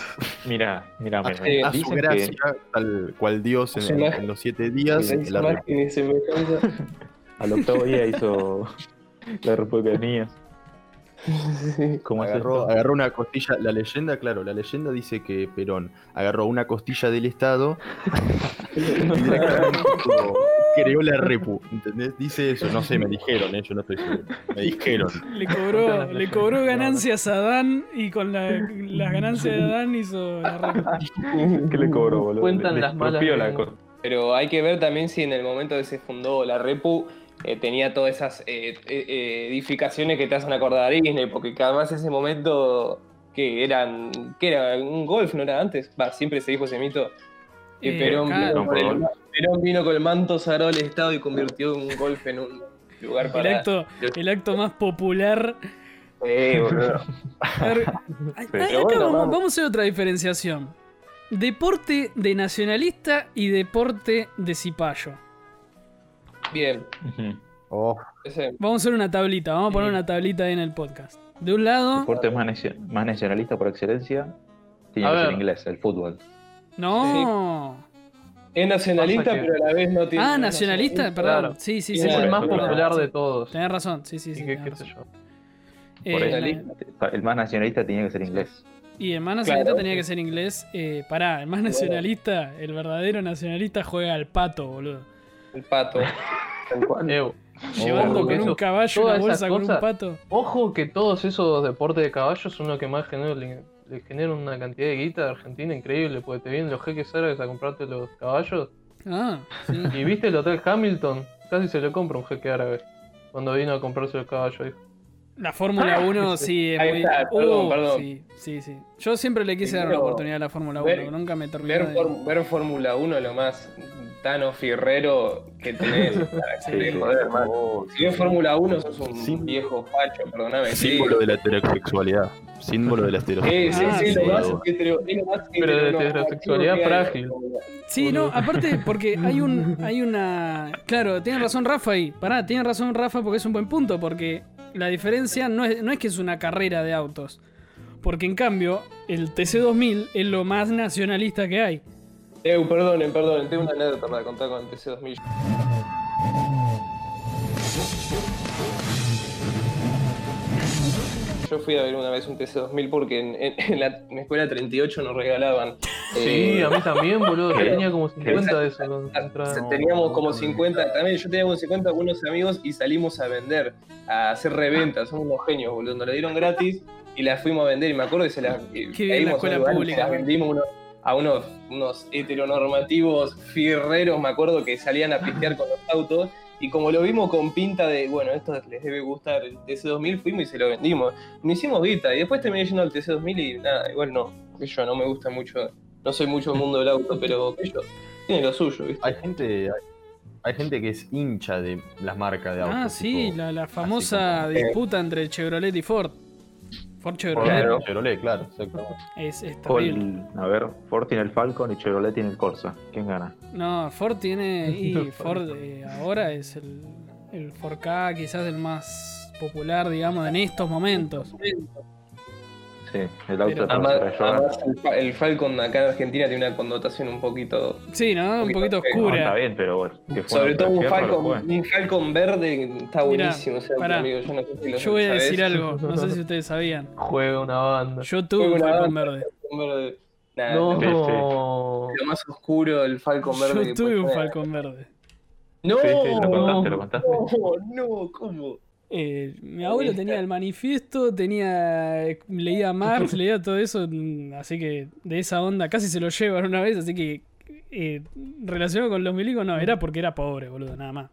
[SPEAKER 5] Mira, mira,
[SPEAKER 2] a,
[SPEAKER 5] mira.
[SPEAKER 2] a su
[SPEAKER 5] Dicen
[SPEAKER 2] gracia,
[SPEAKER 5] que
[SPEAKER 2] tal cual Dios
[SPEAKER 3] Su
[SPEAKER 2] en,
[SPEAKER 3] imagen.
[SPEAKER 2] en los siete días.
[SPEAKER 3] Esas
[SPEAKER 2] la Repu.
[SPEAKER 3] imágenes se me cansan.
[SPEAKER 5] al octavo día hizo la republicanía.
[SPEAKER 3] Sí.
[SPEAKER 5] ¿Cómo es
[SPEAKER 2] agarró,
[SPEAKER 5] esto?
[SPEAKER 2] agarró una costilla. La leyenda, claro, la leyenda dice que Perón agarró una costilla del Estado [laughs] y
[SPEAKER 3] [laughs]
[SPEAKER 2] directamente tipo, creó la repu. ¿Entendés? Dice eso. No sé, me dijeron, eh, yo no estoy seguro. Me dijeron.
[SPEAKER 1] Le cobró, le cobró ganancias a Dan y con la- las ganancias de Dan hizo la re-
[SPEAKER 5] [laughs] ¿Qué le cobró, boludo?
[SPEAKER 4] Cuentan
[SPEAKER 5] Le- le
[SPEAKER 4] las malas
[SPEAKER 5] expropió la
[SPEAKER 4] lenguas.
[SPEAKER 5] co-
[SPEAKER 3] Pero hay que ver también si en el momento que se fundó la Repu eh, tenía todas esas eh, eh, edificaciones que te hacen acordar a Disney, porque además ese momento que eran que era un golf, no era antes, Va, siempre se dijo ese mito. que
[SPEAKER 1] Eh,
[SPEAKER 3] Perón,
[SPEAKER 1] claro.
[SPEAKER 3] vino con el, Perón vino con el manto sagrado del Estado y convirtió un golf en un lugar
[SPEAKER 1] El
[SPEAKER 3] para...
[SPEAKER 1] acto, el acto más popular.
[SPEAKER 3] Eh, boludo.
[SPEAKER 1] A ver, ay,
[SPEAKER 5] Pero
[SPEAKER 1] acá
[SPEAKER 3] bueno,
[SPEAKER 1] vamos,
[SPEAKER 3] vamos.
[SPEAKER 1] vamos a hacer otra diferenciación. Deporte de nacionalista y deporte de cipayo.
[SPEAKER 3] Bien,
[SPEAKER 2] Oh,
[SPEAKER 3] ese-
[SPEAKER 1] Vamos a hacer una tablita, vamos a poner una tablita ahí en el podcast. De un lado,
[SPEAKER 5] Deporte más, nacio- más nacionalista por excelencia tiene
[SPEAKER 4] A
[SPEAKER 5] que ser
[SPEAKER 4] ver.
[SPEAKER 5] inglés, el fútbol.
[SPEAKER 1] no.
[SPEAKER 3] es nacionalista,
[SPEAKER 4] Pasa que-
[SPEAKER 3] pero a la vez no tiene...
[SPEAKER 1] Ah, nacionalista, perdón.
[SPEAKER 4] claro.
[SPEAKER 1] Sí, sí,
[SPEAKER 3] Y
[SPEAKER 1] sí.
[SPEAKER 4] es
[SPEAKER 3] por
[SPEAKER 4] el
[SPEAKER 5] eso,
[SPEAKER 4] más
[SPEAKER 5] claro.
[SPEAKER 4] popular de todos.
[SPEAKER 1] Tenés razón, sí, sí, sí.
[SPEAKER 4] Así que,
[SPEAKER 1] tenés
[SPEAKER 4] qué sé
[SPEAKER 1] razón.
[SPEAKER 4] yo.
[SPEAKER 5] Por
[SPEAKER 1] Eh,
[SPEAKER 5] eso.
[SPEAKER 1] la-
[SPEAKER 5] El más nacionalista tenía que ser inglés.
[SPEAKER 1] y el más nacionalista
[SPEAKER 3] Claro.
[SPEAKER 1] tenía que ser inglés. Eh, pará, el más nacionalista, el verdadero nacionalista juega al pato, boludo.
[SPEAKER 3] El pato.
[SPEAKER 4] Ew.
[SPEAKER 3] Oh,
[SPEAKER 1] Llevando
[SPEAKER 4] Ojo,
[SPEAKER 1] con
[SPEAKER 4] eso.
[SPEAKER 1] un caballo
[SPEAKER 4] Todas
[SPEAKER 1] una bolsa
[SPEAKER 4] esas
[SPEAKER 1] con un
[SPEAKER 4] cosas.
[SPEAKER 1] pato.
[SPEAKER 4] Ojo que todos esos deportes de caballos son los que más generan, le, le generan una cantidad de guita a Argentina increíble, porque te vienen los jeques árabes a comprarte los caballos.
[SPEAKER 1] Ah, sí.
[SPEAKER 3] [laughs]
[SPEAKER 4] Y viste el hotel Hamilton, casi se lo compra un jeque árabe cuando vino a comprarse los caballos. dijo.
[SPEAKER 1] La Fórmula
[SPEAKER 3] [laughs]
[SPEAKER 1] 1 sí es
[SPEAKER 3] Ahí
[SPEAKER 1] muy.
[SPEAKER 3] está, perdón,
[SPEAKER 1] Uh,
[SPEAKER 3] perdón.
[SPEAKER 1] Sí, sí, sí. Yo siempre le quise dar una
[SPEAKER 3] Primero,
[SPEAKER 1] oportunidad a la Fórmula 1,
[SPEAKER 3] ver-
[SPEAKER 1] pero nunca me terminó.
[SPEAKER 3] Ver,
[SPEAKER 1] de-
[SPEAKER 3] Form- ver Fórmula 1 es lo más Tano Fierrero que tenés. para
[SPEAKER 1] Sí.
[SPEAKER 3] que- joder, hermano. Si ves Fórmula 1 sos un
[SPEAKER 2] Sí.
[SPEAKER 3] viejo facho, perdóname. sí.
[SPEAKER 2] símbolo de la heterosexualidad. Símbolo de la heterosexualidad.
[SPEAKER 3] Eh, sí, sí, lo
[SPEAKER 1] sí.
[SPEAKER 3] más hetero- es lo más
[SPEAKER 4] Pero de
[SPEAKER 3] heteronormativo
[SPEAKER 4] heterosexualidad
[SPEAKER 3] que hay.
[SPEAKER 4] frágil.
[SPEAKER 1] Sí, no, aparte, porque hay un. hay una. Claro, tiene razón Rafa ahí. Pará, tiene razón Rafa porque es un buen punto, porque la diferencia no es, no es que es una carrera de autos. Porque en cambio, el TC2000 es lo más nacionalista que hay.
[SPEAKER 3] Eh, perdonen, perdonen, tengo una anécdota para contar con el TC2000. Yo fui a ver una vez un TC2000 porque en, en- en la, en la escuela 38 nos regalaban.
[SPEAKER 4] Sí,
[SPEAKER 3] eh,
[SPEAKER 4] a mí también, boludo. Yo
[SPEAKER 5] ¿Qué?
[SPEAKER 4] tenía como 50 de eso.
[SPEAKER 3] Se- Teníamos como 50, también yo tenía como 50 buenos amigos y salimos a vender, a hacer reventas, somos unos genios, boludo, nos la dieron gratis y las fuimos a vender y me acuerdo que se las que
[SPEAKER 1] Qué bien la
[SPEAKER 3] caímos a un
[SPEAKER 1] escuela
[SPEAKER 3] lugar y se
[SPEAKER 1] pública,
[SPEAKER 3] las
[SPEAKER 1] ¿no?
[SPEAKER 3] vendimos uno- a unos, unos heteronormativos fierreros, me acuerdo que salían a pistear con los autos y como lo vimos con pinta de, bueno, esto les debe gustar el TC2000, fuimos y se lo vendimos. No hicimos guita y después terminé yendo al TC2000 y nada, igual no, qué sé yo no me gusta mucho, no soy mucho del mundo del auto, pero qué sé yo tiene lo suyo, ¿viste?
[SPEAKER 2] Hay gente, hay, hay gente que es hincha de las marcas de autos.
[SPEAKER 1] Ah, sí,
[SPEAKER 2] tipo,
[SPEAKER 1] la, la famosa
[SPEAKER 2] como-
[SPEAKER 1] disputa entre Chevrolet y Ford. Ford Chevrolet
[SPEAKER 3] Claro.
[SPEAKER 2] Chevrolet, claro, exactamente.
[SPEAKER 1] es, es terrible.
[SPEAKER 5] Col- a ver, Ford tiene el Falcon y Chevrolet tiene el Corsa. ¿Quién gana?
[SPEAKER 1] No, Ford tiene. Y
[SPEAKER 2] [laughs]
[SPEAKER 4] No,
[SPEAKER 1] Ford
[SPEAKER 4] Ford.
[SPEAKER 1] eh, ahora es el, el Ford K, quizás el más popular, digamos, en estos momentos.
[SPEAKER 5] Sí, el auto
[SPEAKER 1] Pero-
[SPEAKER 5] para
[SPEAKER 3] Además,
[SPEAKER 5] hacer ayudar.
[SPEAKER 3] además el, Fa- el Falcon acá en Argentina tiene una connotación un poquito.
[SPEAKER 1] Sí, ¿no? Un poquito
[SPEAKER 3] Poquito feo,
[SPEAKER 5] No, está
[SPEAKER 1] oscura.
[SPEAKER 5] bien, pero bueno. que fue
[SPEAKER 3] Sobre
[SPEAKER 5] una
[SPEAKER 3] todo un
[SPEAKER 5] fotografía, pero fue.
[SPEAKER 3] Falcon, un Falcon verde está buenísimo. o sea,
[SPEAKER 1] pará.
[SPEAKER 3] amigo, yo no sé si lo
[SPEAKER 1] Yo voy a
[SPEAKER 3] sabés.
[SPEAKER 1] decir
[SPEAKER 3] [laughs]
[SPEAKER 1] algo, no sé si ustedes sabían.
[SPEAKER 4] Juega una banda.
[SPEAKER 1] Yo tuve un
[SPEAKER 3] Una
[SPEAKER 1] Falcon verde.
[SPEAKER 3] Falcon verde. Nada,
[SPEAKER 4] No.
[SPEAKER 3] lo más- Lo más oscuro el Falcon verde.
[SPEAKER 1] Yo
[SPEAKER 3] que
[SPEAKER 1] tuve
[SPEAKER 3] puede
[SPEAKER 1] un
[SPEAKER 3] tener.
[SPEAKER 1] Falcon verde.
[SPEAKER 3] No,
[SPEAKER 5] Sí, sí, lo contaste,
[SPEAKER 4] No.
[SPEAKER 5] lo contaste.
[SPEAKER 3] no, no, ¿cómo?
[SPEAKER 1] Eh, mi abuelo tenía el manifiesto, tenía eh, leía
[SPEAKER 3] [laughs]
[SPEAKER 1] Marx, leía todo eso, mm, así que de esa onda casi se lo llevan una vez, así que eh, relacionado con los milicos no, era porque era pobre, boludo, nada más.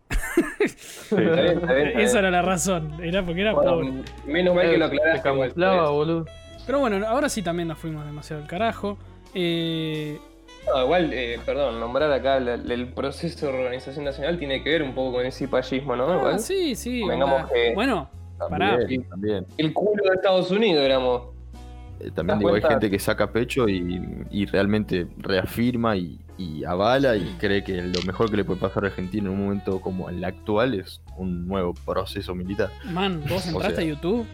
[SPEAKER 3] Está
[SPEAKER 5] Sí,
[SPEAKER 3] bien, está bien, está
[SPEAKER 1] Esa
[SPEAKER 3] bien.
[SPEAKER 1] era la razón, era porque era pobre.
[SPEAKER 3] Eh, Bueno, menos mal que lo
[SPEAKER 4] Se
[SPEAKER 3] aclaraste. igual, pues.
[SPEAKER 4] camuflaba, boludo.
[SPEAKER 1] Pero bueno, ahora sí también nos fuimos demasiado al carajo. Eh,
[SPEAKER 3] No, igual, eh, perdón, nombrar acá la- la- el proceso de organización nacional tiene que ver un poco con el cipallismo, ¿no?
[SPEAKER 1] ah,
[SPEAKER 3] Igual.
[SPEAKER 1] sí, sí.
[SPEAKER 3] Convengamos
[SPEAKER 1] onda.
[SPEAKER 3] que-
[SPEAKER 1] Bueno, Pará.
[SPEAKER 2] También, también.
[SPEAKER 3] El culo de Estados Unidos éramos.
[SPEAKER 2] Eh, también
[SPEAKER 3] ¿Te das
[SPEAKER 2] digo, hay
[SPEAKER 3] cuenta?
[SPEAKER 2] gente que saca pecho y, y realmente reafirma y, y avala y cree que lo mejor que le puede pasar a Argentina en un momento como el actual es un nuevo proceso militar.
[SPEAKER 1] man, vos
[SPEAKER 3] [laughs]
[SPEAKER 2] O
[SPEAKER 1] entraste
[SPEAKER 2] sea,
[SPEAKER 1] a YouTube.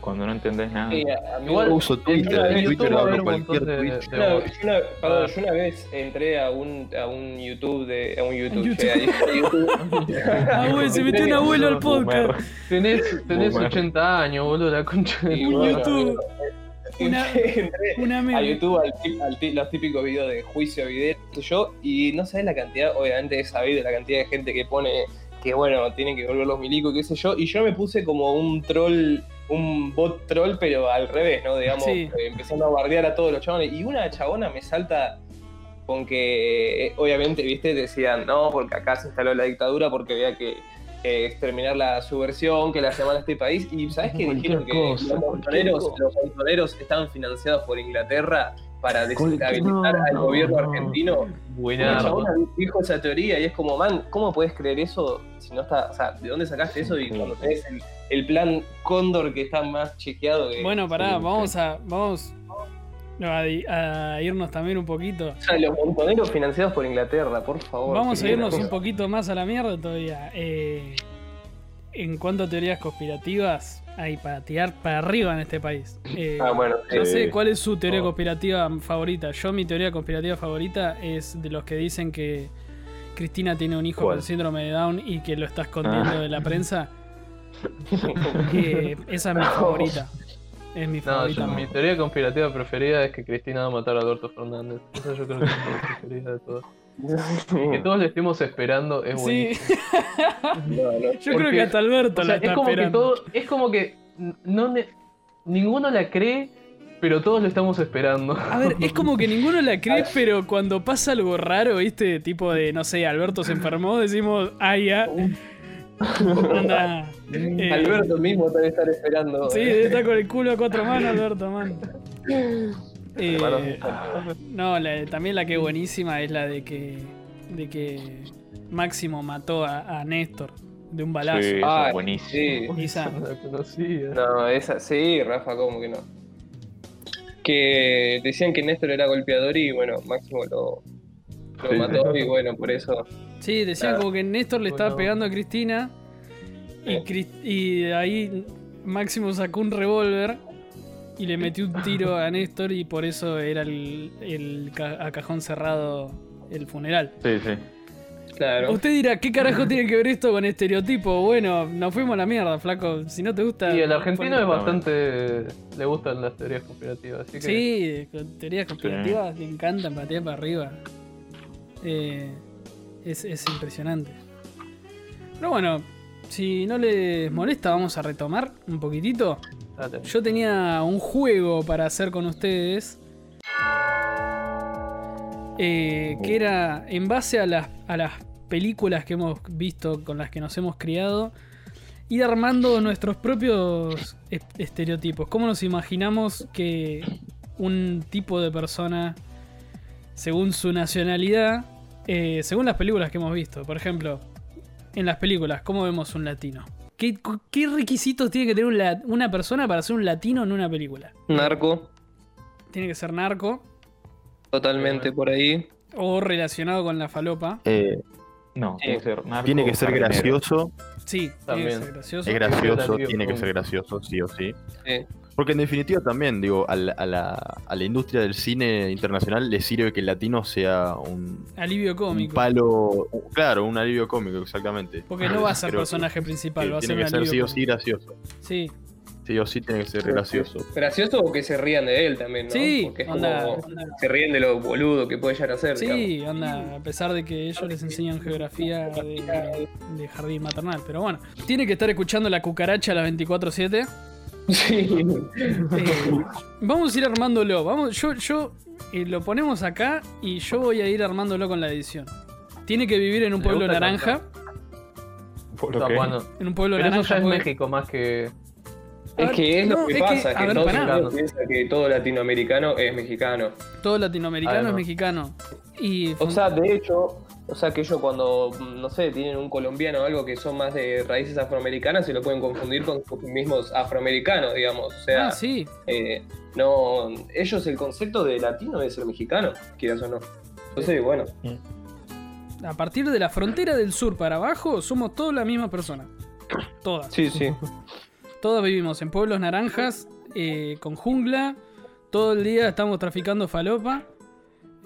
[SPEAKER 5] Cuando no entendés nada.
[SPEAKER 3] Sí, Eh, a- a mí
[SPEAKER 4] Igual,
[SPEAKER 3] me-
[SPEAKER 2] Uso Twitter,
[SPEAKER 4] en
[SPEAKER 2] en Twitter
[SPEAKER 4] YouTube va a haber
[SPEAKER 2] abro
[SPEAKER 4] un
[SPEAKER 2] cualquier
[SPEAKER 4] montón de-
[SPEAKER 2] tweet.
[SPEAKER 4] de-
[SPEAKER 3] Yo una, yo una- perdón, yo una vez entré a un, a un YouTube de. a un YouTube.
[SPEAKER 1] YouTube.
[SPEAKER 3] che, ahí, [laughs]
[SPEAKER 1] [laughs]
[SPEAKER 3] a YouTube.
[SPEAKER 1] Ah, güey, se metió un abuelo al podcast.
[SPEAKER 4] Tenés, tenés
[SPEAKER 5] Boomer.
[SPEAKER 4] 80 años, boludo, la concha de
[SPEAKER 3] Y
[SPEAKER 4] tu
[SPEAKER 1] Un
[SPEAKER 3] bueno,
[SPEAKER 1] YouTube, Una-
[SPEAKER 3] entré
[SPEAKER 1] una
[SPEAKER 3] a
[SPEAKER 1] meme.
[SPEAKER 3] YouTube al, tip- al tip- los típicos videos de juicio, video, qué sé yo, y no sabes la cantidad, obviamente es sabido la cantidad de gente que pone que bueno, tienen que volver los milicos, qué sé yo, y yo me puse como un troll, un bot troll, pero al revés, ¿no? Digamos,
[SPEAKER 1] Sí.
[SPEAKER 3] eh, empezando a bardear a todos los chabones, y una chabona me salta con que, eh, obviamente, viste, decían, no, porque acá se instaló la dictadura porque había que eh, exterminar la subversión, que la llaman a este país. Y ¿sabes qué
[SPEAKER 4] Cualquier
[SPEAKER 3] dijeron? Que
[SPEAKER 4] cosa,
[SPEAKER 3] los
[SPEAKER 4] cualquier
[SPEAKER 3] montoneros,
[SPEAKER 4] cosa.
[SPEAKER 3] los montoneros estaban financiados por Inglaterra para
[SPEAKER 5] Cualquier-
[SPEAKER 3] desestabilizar al
[SPEAKER 5] no,
[SPEAKER 3] gobierno
[SPEAKER 5] no.
[SPEAKER 3] argentino.
[SPEAKER 4] Buena.
[SPEAKER 3] Una dijo esa teoría y es como, man, ¿cómo puedes creer eso si no está, o sea, ¿de dónde sacaste eso? Y cuando tenés el, el plan Cóndor que está más chequeado que...
[SPEAKER 1] Bueno, pará,
[SPEAKER 5] sí,
[SPEAKER 1] vamos a. Vamos a, di- a irnos también un poquito.
[SPEAKER 3] O sea, los montoneros financiados por Inglaterra, por favor.
[SPEAKER 1] Vamos a
[SPEAKER 3] Qué
[SPEAKER 1] irnos un
[SPEAKER 3] cosa.
[SPEAKER 1] poquito más a la mierda todavía. Eh, en cuanto a teorías conspirativas, hay para tirar para arriba en este país. Eh,
[SPEAKER 3] Ah, bueno,
[SPEAKER 1] No
[SPEAKER 3] sí.
[SPEAKER 1] sé cuál es su teoría
[SPEAKER 2] Oh.
[SPEAKER 1] conspirativa favorita. Yo, mi teoría conspirativa favorita es de los que dicen que Cristina tiene un hijo
[SPEAKER 2] ¿Cuál?
[SPEAKER 1] con síndrome de Down y que lo está escondiendo
[SPEAKER 5] Ah.
[SPEAKER 1] de la prensa. Eh, esa es mi favorita. Es mi
[SPEAKER 4] No,
[SPEAKER 1] favorita.
[SPEAKER 4] yo- mi teoría conspirativa preferida es que Cristina va a matar a Alberto Fernández. Esa yo creo que es [laughs] mi preferida de todas.
[SPEAKER 3] [laughs]
[SPEAKER 4] Que
[SPEAKER 3] Mm.
[SPEAKER 4] todos le estemos esperando es
[SPEAKER 1] sí, [laughs]
[SPEAKER 4] buenísimo.
[SPEAKER 3] No, no.
[SPEAKER 1] yo creo
[SPEAKER 4] Porque-
[SPEAKER 1] que hasta Alberto
[SPEAKER 4] O sea,
[SPEAKER 1] la está
[SPEAKER 4] es como que
[SPEAKER 1] esperando.
[SPEAKER 4] todo, es como que n- no ne- ninguno la cree, pero todos lo estamos
[SPEAKER 1] [laughs]
[SPEAKER 4] esperando.
[SPEAKER 1] A ver, es como que ninguno la
[SPEAKER 4] [laughs]
[SPEAKER 1] cree, pero cuando pasa algo raro, ¿viste? Tipo de, no sé, Alberto se enfermó, decimos, ay, ya. [laughs]
[SPEAKER 4] [laughs]
[SPEAKER 1] Anda. eh,
[SPEAKER 3] Alberto mismo debe estar esperando.
[SPEAKER 1] Sí,
[SPEAKER 3] eh.
[SPEAKER 1] está con el culo a cuatro manos, Alberto,
[SPEAKER 4] [laughs]
[SPEAKER 1] man. Eh, no, la- también la que es buenísima es la de que, de que Máximo mató a, a Néstor de un balazo.
[SPEAKER 5] Sí, eso
[SPEAKER 3] Ay,
[SPEAKER 5] es buenísimo.
[SPEAKER 3] sí.
[SPEAKER 1] Isa.
[SPEAKER 4] No [laughs] la conocía.
[SPEAKER 3] No, esa, sí, Rafa, ¿cómo que no? Que decían que Néstor era golpeador y bueno, Máximo lo, lo
[SPEAKER 2] Sí.
[SPEAKER 3] mató y bueno, por eso.
[SPEAKER 1] Sí, decían
[SPEAKER 3] Claro.
[SPEAKER 1] como que Néstor le
[SPEAKER 4] Uy,
[SPEAKER 1] estaba
[SPEAKER 4] no.
[SPEAKER 1] pegando a Cristina y, Cris- y de ahí Máximo sacó un revólver y le metió un tiro a Néstor y por eso era el, el ca- a cajón cerrado el funeral.
[SPEAKER 2] Sí, sí.
[SPEAKER 3] Claro.
[SPEAKER 1] Usted dirá, ¿qué carajo tiene que ver esto con estereotipo? Bueno, nos fuimos a la mierda, flaco. Si no te gusta...
[SPEAKER 4] Y el argentino es
[SPEAKER 1] ponle-
[SPEAKER 4] bastante. le gustan las teorías conspirativas. Así que
[SPEAKER 1] Sí, con teorías conspirativas le encantan patear para arriba. Eh, es, es impresionante. Pero bueno, si no les molesta, vamos a retomar un poquitito.
[SPEAKER 4] dale.
[SPEAKER 1] Yo tenía un juego para hacer con ustedes. eh, que era en base a las, a las películas que hemos visto, con las que nos hemos criado, ir armando nuestros propios est- estereotipos. ¿Cómo nos imaginamos que un tipo de persona, según su nacionalidad, eh, según las películas que hemos visto? Por ejemplo, en las películas, ¿cómo vemos un latino? ¿Qué, cu- qué requisitos tiene que tener un la- una persona para ser un latino en una película?
[SPEAKER 3] Narco,
[SPEAKER 1] Tiene que ser narco
[SPEAKER 3] totalmente por ahí.
[SPEAKER 1] o relacionado con la falopa.
[SPEAKER 2] Eh,
[SPEAKER 5] No, tiene que ser narco
[SPEAKER 2] tiene que ser
[SPEAKER 5] carnero.
[SPEAKER 2] gracioso.
[SPEAKER 1] Sí, tiene que
[SPEAKER 4] También.
[SPEAKER 1] ser gracioso.
[SPEAKER 2] Es gracioso,
[SPEAKER 4] Relativo,
[SPEAKER 2] tiene que
[SPEAKER 4] sí.
[SPEAKER 2] ser gracioso, sí o sí.
[SPEAKER 3] Sí.
[SPEAKER 2] Porque en definitiva también, digo, a la, a la- a la industria del cine internacional le sirve que el latino sea un,
[SPEAKER 1] Alivio
[SPEAKER 2] un
[SPEAKER 1] cómico.
[SPEAKER 2] palo, un- claro, un alivio cómico, exactamente.
[SPEAKER 1] Porque
[SPEAKER 2] [laughs]
[SPEAKER 1] no va a ser
[SPEAKER 2] Creo que-
[SPEAKER 1] personaje principal, va a
[SPEAKER 2] que
[SPEAKER 1] ser
[SPEAKER 2] tiene
[SPEAKER 1] un
[SPEAKER 2] que ser
[SPEAKER 1] alivio
[SPEAKER 2] sí o sí
[SPEAKER 1] cómico.
[SPEAKER 2] gracioso.
[SPEAKER 1] Sí,
[SPEAKER 2] Sí o sí tiene que ser gracioso.
[SPEAKER 3] Gracioso o que se rían de él también, ¿no?
[SPEAKER 1] sí,
[SPEAKER 3] Porque es
[SPEAKER 1] onda,
[SPEAKER 3] como-
[SPEAKER 1] onda-
[SPEAKER 3] se ríen de lo boludo que puede llegar a ser. digamos. [laughs]
[SPEAKER 1] Sí, onda, a pesar de que ellos les enseñan geografía de, de jardín maternal, pero bueno. Tiene que estar escuchando la cucaracha a las 24-7.
[SPEAKER 3] Sí.
[SPEAKER 1] Eh, [laughs] vamos a ir armándolo. Vamos, yo, yo eh, lo ponemos acá y yo voy a ir armándolo con la edición. Tiene que vivir en un
[SPEAKER 4] Me
[SPEAKER 1] pueblo
[SPEAKER 4] gusta
[SPEAKER 1] naranja.
[SPEAKER 5] Por lo
[SPEAKER 4] Está
[SPEAKER 5] que-
[SPEAKER 4] bueno.
[SPEAKER 1] En un pueblo
[SPEAKER 4] Pero eso
[SPEAKER 1] naranja. pues.
[SPEAKER 4] ya es
[SPEAKER 1] porque-
[SPEAKER 4] México más que.
[SPEAKER 3] Es que es
[SPEAKER 1] No,
[SPEAKER 3] lo que
[SPEAKER 1] es que-
[SPEAKER 3] pasa,
[SPEAKER 1] a
[SPEAKER 3] que,
[SPEAKER 1] ver,
[SPEAKER 3] todo
[SPEAKER 1] pará.
[SPEAKER 3] mexicano piensa que todo latinoamericano es mexicano.
[SPEAKER 1] Todo latinoamericano
[SPEAKER 4] Además.
[SPEAKER 1] es mexicano. Y
[SPEAKER 3] O sea, de hecho, o sea que ellos cuando, mm, no sé, tienen un colombiano o algo que son más de raíces afroamericanas, se lo pueden confundir con sus mismos afroamericanos, digamos. O sea,
[SPEAKER 1] Ah, sí.
[SPEAKER 3] eh, no, ellos el concepto de latino es ser mexicano, quieras o no. Entonces, bueno,
[SPEAKER 1] A partir de la frontera del sur para abajo, somos todos la misma persona. Todas.
[SPEAKER 3] sí, sí.
[SPEAKER 1] Todos vivimos en pueblos naranjas, eh, con jungla. Todo el día estamos traficando falopa.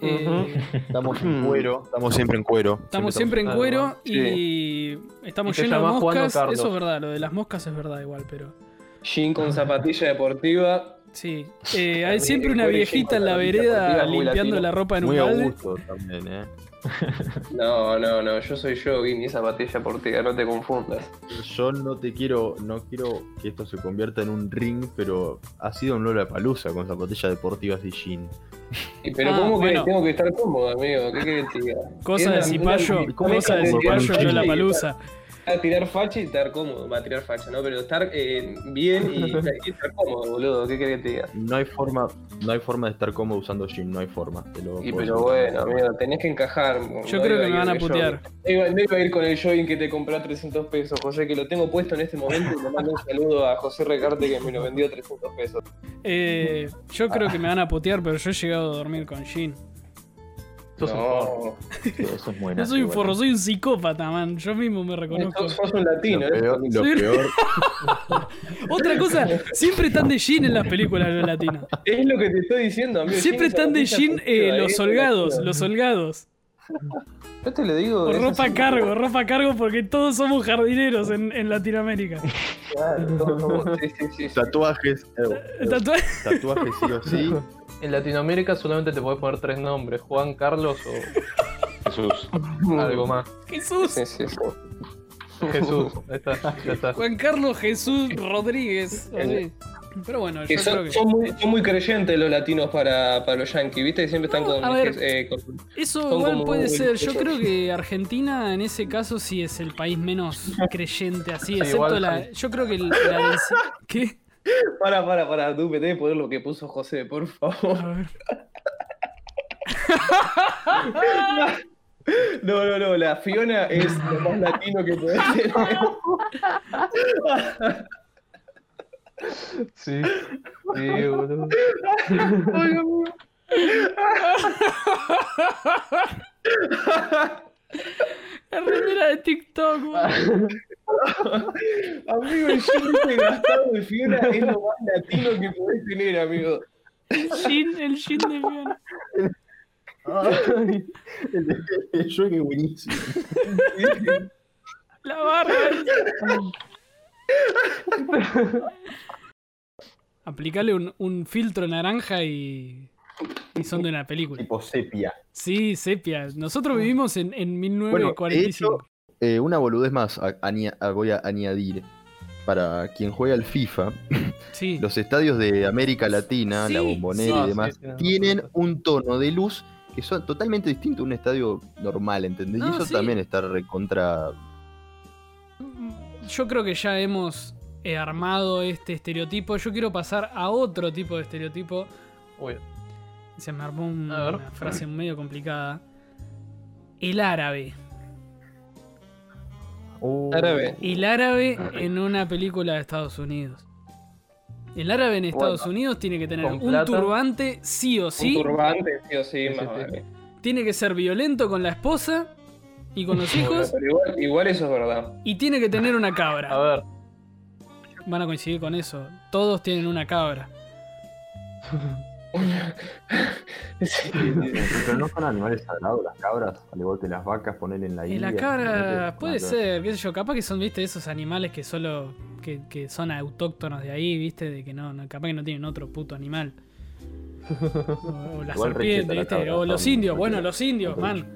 [SPEAKER 1] eh,
[SPEAKER 2] Estamos en cuero, estamos siempre en cuero.
[SPEAKER 1] Estamos siempre en
[SPEAKER 4] estamos-
[SPEAKER 1] cuero
[SPEAKER 4] claro,
[SPEAKER 1] y estamos llenos de
[SPEAKER 4] Y te llamás Juan o
[SPEAKER 1] moscas.
[SPEAKER 4] Carlos.
[SPEAKER 1] Eso es verdad, lo de las moscas es verdad igual, pero.
[SPEAKER 3] Jean con zapatilla deportiva,
[SPEAKER 1] Sí. Eh, hay
[SPEAKER 3] También
[SPEAKER 1] siempre
[SPEAKER 3] el
[SPEAKER 1] una
[SPEAKER 3] pobre
[SPEAKER 1] viejita en la
[SPEAKER 3] Jim Carrey,
[SPEAKER 1] vereda
[SPEAKER 3] deportiva, muy
[SPEAKER 1] limpiando
[SPEAKER 3] latino.
[SPEAKER 1] la ropa en un
[SPEAKER 2] Muy a
[SPEAKER 1] balde.
[SPEAKER 2] gusto también, ¿eh?
[SPEAKER 3] No, no, no, yo soy yo, Guini Zapatilla Portega, no te confundas.
[SPEAKER 2] Yo no te quiero, no quiero que esto se convierta en un ring, pero ha sido un Lola Palusa con zapatillas deportivas y jean.
[SPEAKER 3] Y, pero
[SPEAKER 1] Ah,
[SPEAKER 3] ¿cómo que
[SPEAKER 1] bueno.
[SPEAKER 3] tengo que estar cómodo, amigo? ¿Qué querés que te diga?
[SPEAKER 1] Cosa
[SPEAKER 3] Era-
[SPEAKER 1] de
[SPEAKER 3] era-
[SPEAKER 1] cipayo,
[SPEAKER 3] era-
[SPEAKER 1] cosa de
[SPEAKER 3] era-
[SPEAKER 1] cipayo,
[SPEAKER 2] era-
[SPEAKER 1] yo la palusa.
[SPEAKER 3] A tirar facha y estar cómodo, va a tirar facha, ¿no? Pero estar eh, bien y, [laughs] y estar cómodo, boludo, ¿qué querés que te diga?
[SPEAKER 2] No hay forma, no hay forma de estar cómodo usando jean, no hay forma. te lo
[SPEAKER 3] Y
[SPEAKER 2] puedo
[SPEAKER 3] pero
[SPEAKER 2] asegurar.
[SPEAKER 3] bueno, amigo, tenés que encajar.
[SPEAKER 1] Yo creo que me van a putear.
[SPEAKER 3] No iba, no iba a ir con el jogging que te compré a 300 pesos, José, que lo tengo puesto en este momento y le mando un saludo a José Recarte que me lo vendió a 300 pesos.
[SPEAKER 1] Eh, yo creo que me van a putear, pero yo he llegado a dormir con Jean.
[SPEAKER 4] Sos un forro.
[SPEAKER 3] no,
[SPEAKER 5] Sí, Eso es
[SPEAKER 1] No
[SPEAKER 5] muy nazi,
[SPEAKER 1] soy un
[SPEAKER 5] igual.
[SPEAKER 1] forro, soy un psicópata, man. Yo mismo me reconozco.
[SPEAKER 3] sos, sos un latino,
[SPEAKER 2] lo
[SPEAKER 3] ¿eh?
[SPEAKER 2] peor, lo
[SPEAKER 1] Sí.
[SPEAKER 2] peor-
[SPEAKER 1] Otra cosa, siempre están de Jean en las películas los latinos.
[SPEAKER 3] Es lo que te estoy diciendo, amigo.
[SPEAKER 1] Siempre
[SPEAKER 3] Jean
[SPEAKER 1] están de
[SPEAKER 3] zapatilla,
[SPEAKER 1] Jean eh,
[SPEAKER 3] portera,
[SPEAKER 1] los
[SPEAKER 3] ¿eh?
[SPEAKER 1] holgados, los holgados.
[SPEAKER 3] Yo te lo digo.
[SPEAKER 1] O
[SPEAKER 3] es
[SPEAKER 1] ropa
[SPEAKER 3] así,
[SPEAKER 1] a cargo, ropa a cargo porque todos somos jardineros en, en Latinoamérica.
[SPEAKER 3] [laughs] claro, todo, todo. Sí, sí, sí, sí.
[SPEAKER 2] tatuajes, eh,
[SPEAKER 1] Tatua-
[SPEAKER 2] tatuajes sí o
[SPEAKER 4] [laughs]
[SPEAKER 2] sí.
[SPEAKER 4] En Latinoamérica solamente te podés poner tres nombres: Juan, Carlos o
[SPEAKER 5] Jesús.
[SPEAKER 3] [laughs]
[SPEAKER 4] algo más.
[SPEAKER 1] Jesús,
[SPEAKER 3] Sí, sí, sí.
[SPEAKER 4] Jesús. Ahí está, ya está.
[SPEAKER 1] Juan Carlos Jesús Rodríguez. o sí. Pero bueno,
[SPEAKER 3] Que
[SPEAKER 1] yo creo
[SPEAKER 3] son,
[SPEAKER 1] que...
[SPEAKER 3] son muy, son muy creyentes los latinos para, para los yanquis, ¿viste? Y siempre están
[SPEAKER 1] No,
[SPEAKER 3] con,
[SPEAKER 1] a ver.
[SPEAKER 3] eh, con- [laughs]
[SPEAKER 1] Eso
[SPEAKER 3] Son
[SPEAKER 1] igual
[SPEAKER 3] como
[SPEAKER 1] puede
[SPEAKER 3] el-
[SPEAKER 1] ser. Yo
[SPEAKER 3] eso.
[SPEAKER 1] creo que Argentina en ese caso sí es el país menos creyente así,
[SPEAKER 4] Sí,
[SPEAKER 1] excepto
[SPEAKER 4] igual,
[SPEAKER 1] la.
[SPEAKER 4] sí.
[SPEAKER 1] Yo creo que el- la [laughs] densi- ¿Qué?
[SPEAKER 3] Para, para, para, tú me tenés que poner lo que puso José, por favor. [laughs]
[SPEAKER 1] A ver.
[SPEAKER 3] No, no, no, la Fiona es lo más latino que puede
[SPEAKER 1] [laughs]
[SPEAKER 3] ser.
[SPEAKER 4] Sí. Sí, boludo.
[SPEAKER 1] La remera de TikTok,
[SPEAKER 3] [laughs]
[SPEAKER 1] boludo.
[SPEAKER 3] Amigo, el jean gastado de Fiona es lo más latino que podés tener, amigo.
[SPEAKER 1] El jean, el jean de Fiona.
[SPEAKER 2] Yo que buenísimo.
[SPEAKER 1] La barra. Aplicale un, un filtro naranja y. y son de una película.
[SPEAKER 2] Tipo sepia.
[SPEAKER 1] Sí, sepia. Nosotros vivimos en, en
[SPEAKER 2] Bueno, de
[SPEAKER 1] 1945.
[SPEAKER 2] hecho, eh, una boludez más a- aña- a- voy a añadir. Para quien juega al [clears throat] FIFA,
[SPEAKER 1] sí.
[SPEAKER 2] los estadios de América Latina,
[SPEAKER 1] Sí,
[SPEAKER 2] la bombonera
[SPEAKER 1] sí.
[SPEAKER 2] y demás,
[SPEAKER 4] Ah, sí,
[SPEAKER 2] tienen
[SPEAKER 4] tienen-
[SPEAKER 2] un tono de luz que son totalmente distinto a un estadio normal, ¿entendés?
[SPEAKER 1] No,
[SPEAKER 2] y eso
[SPEAKER 1] sí.
[SPEAKER 2] también está recontra.
[SPEAKER 1] Yo creo que ya hemos eh, armado este estereotipo. Yo quiero pasar a otro tipo de estereotipo.
[SPEAKER 4] Uy,
[SPEAKER 1] Se me armó un-
[SPEAKER 4] A ver.
[SPEAKER 1] una frase medio complicada. El árabe.
[SPEAKER 2] Oh,
[SPEAKER 3] Árabe.
[SPEAKER 1] El árabe
[SPEAKER 4] Ah,
[SPEAKER 1] en una película de Estados Unidos. El árabe en Estados Unidos tiene que tener
[SPEAKER 4] con
[SPEAKER 1] un
[SPEAKER 4] plata.
[SPEAKER 1] turbante sí o sí.
[SPEAKER 3] Un turbante, sí o sí,
[SPEAKER 4] Sí,
[SPEAKER 3] más
[SPEAKER 4] sí, sí.
[SPEAKER 3] vale.
[SPEAKER 1] Tiene que ser violento con la esposa y con los
[SPEAKER 3] Bueno,
[SPEAKER 1] hijos.
[SPEAKER 3] pero igual, igual eso es verdad. [laughs]
[SPEAKER 1] Y tiene que tener una cabra.
[SPEAKER 4] A ver.
[SPEAKER 1] Van a coincidir con eso. Todos tienen una cabra.
[SPEAKER 3] Sí,
[SPEAKER 2] Pero no son animales sagrados las cabras, al igual que las vacas, poner en la
[SPEAKER 1] Y Eh, la cabra puede ser, qué sé yo, capaz que son, viste, esos animales que solo, que, que son autóctonos de ahí, viste, de que no, no- capaz que no tienen otro puto animal. O, o las
[SPEAKER 2] Igual
[SPEAKER 1] serpientes,
[SPEAKER 2] recheta la
[SPEAKER 1] viste,
[SPEAKER 2] cabra,
[SPEAKER 1] o los
[SPEAKER 2] son-
[SPEAKER 1] indios, bueno, los indios,
[SPEAKER 2] son
[SPEAKER 1] man.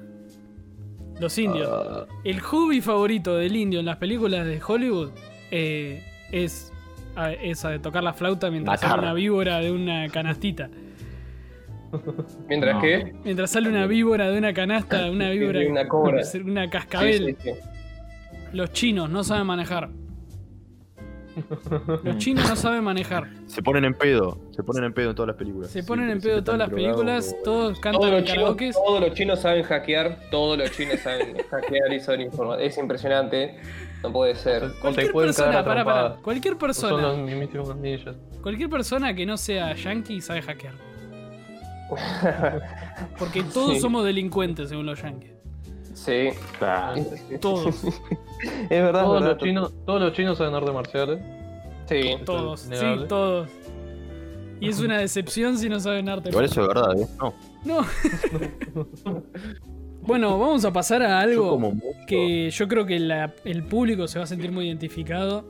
[SPEAKER 1] Los indios.
[SPEAKER 2] Ah.
[SPEAKER 1] El hobby favorito del indio en las películas de Hollywood eh, es a- esa de tocar la flauta mientras sale
[SPEAKER 2] Matar.
[SPEAKER 1] una víbora de una canastita.
[SPEAKER 3] Mientras
[SPEAKER 5] No.
[SPEAKER 3] que.
[SPEAKER 1] Mientras sale una víbora de una canasta, una
[SPEAKER 3] Sí,
[SPEAKER 1] víbora,
[SPEAKER 3] sí, una cobra.
[SPEAKER 1] una
[SPEAKER 3] Sí,
[SPEAKER 1] cascabel.
[SPEAKER 3] sí, sí.
[SPEAKER 1] Los chinos no saben manejar. Los chinos no saben manejar.
[SPEAKER 2] Se ponen en pedo, se ponen en pedo en todas las películas.
[SPEAKER 1] Se
[SPEAKER 2] Sí,
[SPEAKER 1] ponen en
[SPEAKER 2] siempre
[SPEAKER 1] pedo
[SPEAKER 2] están
[SPEAKER 1] todas las
[SPEAKER 2] drogados
[SPEAKER 1] películas, todos
[SPEAKER 2] o-
[SPEAKER 3] Todos
[SPEAKER 1] cantan en
[SPEAKER 3] los, chinos,
[SPEAKER 1] karaoke.
[SPEAKER 3] todos los chinos saben hackear, todos los chinos saben hackear y son informáticos. Es impresionante, no puede ser.
[SPEAKER 1] Cualquier
[SPEAKER 4] Te pueden
[SPEAKER 1] persona,
[SPEAKER 4] cagar a
[SPEAKER 1] pará,
[SPEAKER 4] trompadas.
[SPEAKER 1] pará, cualquier
[SPEAKER 4] Son los
[SPEAKER 1] persona,
[SPEAKER 4] mismísimos ninjas.
[SPEAKER 1] cualquier persona que no sea yankee sabe hackear. Porque todos
[SPEAKER 3] Sí.
[SPEAKER 1] somos delincuentes según los yankees.
[SPEAKER 3] Sí,
[SPEAKER 5] Claro.
[SPEAKER 3] es
[SPEAKER 1] Todos,
[SPEAKER 3] es verdad.
[SPEAKER 4] Todos
[SPEAKER 3] es Ah,
[SPEAKER 4] los,
[SPEAKER 3] verdad.
[SPEAKER 4] chinos, todos los chinos saben ¿eh? artes marciales.
[SPEAKER 3] Sí.
[SPEAKER 4] es
[SPEAKER 1] todos, sí,
[SPEAKER 4] innegable.
[SPEAKER 1] todos. Y es una decepción si no saben arte.
[SPEAKER 2] Igual eso es verdad, ¿eh? No.
[SPEAKER 1] No. bueno, vamos a pasar a algo.
[SPEAKER 2] Yo como mucho-
[SPEAKER 1] que yo creo que la- el público se va a sentir muy identificado,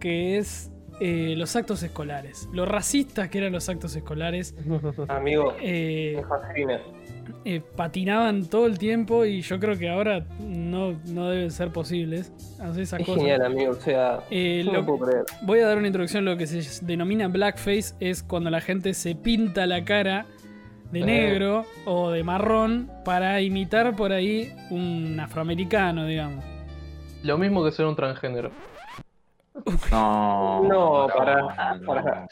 [SPEAKER 1] que es eh, los actos escolares, lo racistas que eran los actos escolares.
[SPEAKER 3] Amigo,
[SPEAKER 1] eh,
[SPEAKER 3] me fascina.
[SPEAKER 1] eh, patinaban todo el tiempo y yo creo que ahora no, no deben ser posibles hacer esas
[SPEAKER 3] Es
[SPEAKER 1] cosas.
[SPEAKER 3] genial, amigo. O sea,
[SPEAKER 1] Eh,
[SPEAKER 3] yo
[SPEAKER 1] lo-
[SPEAKER 3] no puedo creer.
[SPEAKER 1] Voy a dar una introducción. Lo que se denomina blackface es cuando la gente se pinta la cara de
[SPEAKER 3] Eh.
[SPEAKER 1] negro o de marrón para imitar por ahí un afroamericano, digamos.
[SPEAKER 4] Lo mismo que ser un transgénero.
[SPEAKER 5] No.
[SPEAKER 3] No, pará,
[SPEAKER 5] no.
[SPEAKER 3] pará.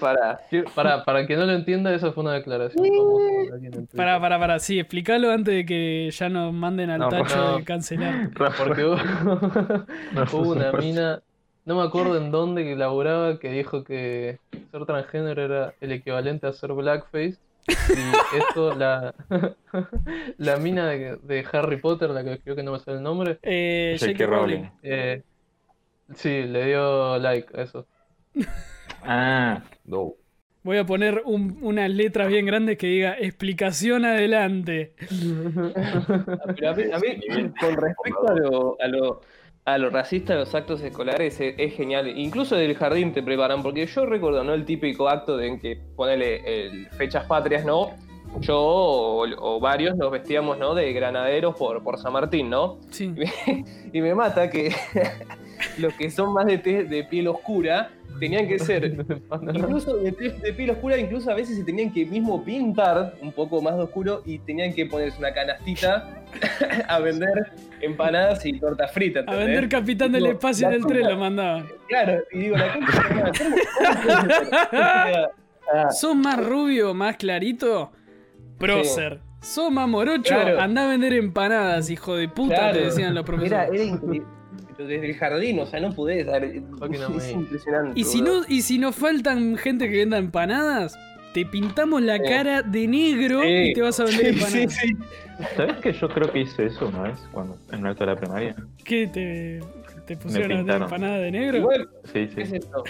[SPEAKER 3] Para.
[SPEAKER 4] Para, para que no lo entienda, esa fue una declaración famosa de alguien en Twitter.
[SPEAKER 1] Para, para, para, sí, explícalo antes de que ya nos manden al
[SPEAKER 5] No,
[SPEAKER 1] tacho
[SPEAKER 4] no.
[SPEAKER 1] de
[SPEAKER 5] [laughs]
[SPEAKER 1] cancelar.
[SPEAKER 5] Rafa,
[SPEAKER 4] Porque [laughs] hubo,
[SPEAKER 5] no,
[SPEAKER 4] hubo una
[SPEAKER 5] por-
[SPEAKER 4] mina, no me acuerdo en dónde, que laburaba, que dijo que ser transgénero era el equivalente a ser blackface. Y esto, la, [laughs] la mina de, de Harry Potter, la que creo que no me sale el nombre,
[SPEAKER 1] Eh,
[SPEAKER 5] J.K.
[SPEAKER 1] J.K. Rowling.
[SPEAKER 5] Rowling.
[SPEAKER 4] eh, sí, le dio like a eso.
[SPEAKER 5] Ah,
[SPEAKER 2] No.
[SPEAKER 1] Voy a poner un- unas letras bien grandes que diga explicación adelante.
[SPEAKER 3] Pero a mí, a mí, con respecto a lo, a lo, a lo racista de los actos escolares, es, es genial. Incluso del jardín te preparan, porque yo recuerdo, ¿no? El típico acto de en que ponele el- fechas patrias, ¿no? Yo o, o varios nos vestíamos, ¿no? De granaderos por, por San Martín, ¿no?
[SPEAKER 1] Sí.
[SPEAKER 3] Y me mata que [laughs] los que son más de, te- de piel oscura tenían que ser
[SPEAKER 1] [laughs]
[SPEAKER 3] Incluso de, piel- de piel oscura, incluso a veces se tenían que mismo pintar un poco más de oscuro y tenían que ponerse una canastita [laughs] a vender empanadas y torta frita.
[SPEAKER 1] A
[SPEAKER 3] ¿entendés?
[SPEAKER 1] vender Capitán del
[SPEAKER 3] Digo,
[SPEAKER 1] Espacio en
[SPEAKER 3] ¿eh? la
[SPEAKER 1] el tren
[SPEAKER 3] puta-
[SPEAKER 1] lo mandaban.
[SPEAKER 3] Claro, y digo, la concha de la madre, [laughs] ¿cómo- cómo- Ah,
[SPEAKER 1] ¿Sos más rubio, más clarito? Prócer. ¿Sos más morocho?
[SPEAKER 3] Claro.
[SPEAKER 1] Andá a vender empanadas, hijo de puta,
[SPEAKER 3] Claro.
[SPEAKER 1] te decían los
[SPEAKER 3] Era,
[SPEAKER 1] profesores.
[SPEAKER 3] era increíble. Pero Desde el jardín, o sea, no podés. dar- Es
[SPEAKER 4] amazing.
[SPEAKER 3] impresionante.
[SPEAKER 1] Y si
[SPEAKER 3] boludo.
[SPEAKER 1] no, y si no faltan gente que venda empanadas, te pintamos la
[SPEAKER 3] Sí.
[SPEAKER 1] cara de negro
[SPEAKER 3] Sí.
[SPEAKER 1] y te vas a vender
[SPEAKER 3] Sí, sí,
[SPEAKER 1] empanadas.
[SPEAKER 3] sí.
[SPEAKER 5] ¿sabes que yo creo que hice eso una vez cuando en un acto de la primaria?
[SPEAKER 1] ¿Qué te, te pusieron a vender
[SPEAKER 5] pintaron.
[SPEAKER 1] empanadas de negro?
[SPEAKER 3] Igual,
[SPEAKER 5] Sí,
[SPEAKER 3] ¿qué es
[SPEAKER 5] sí.
[SPEAKER 3] esto?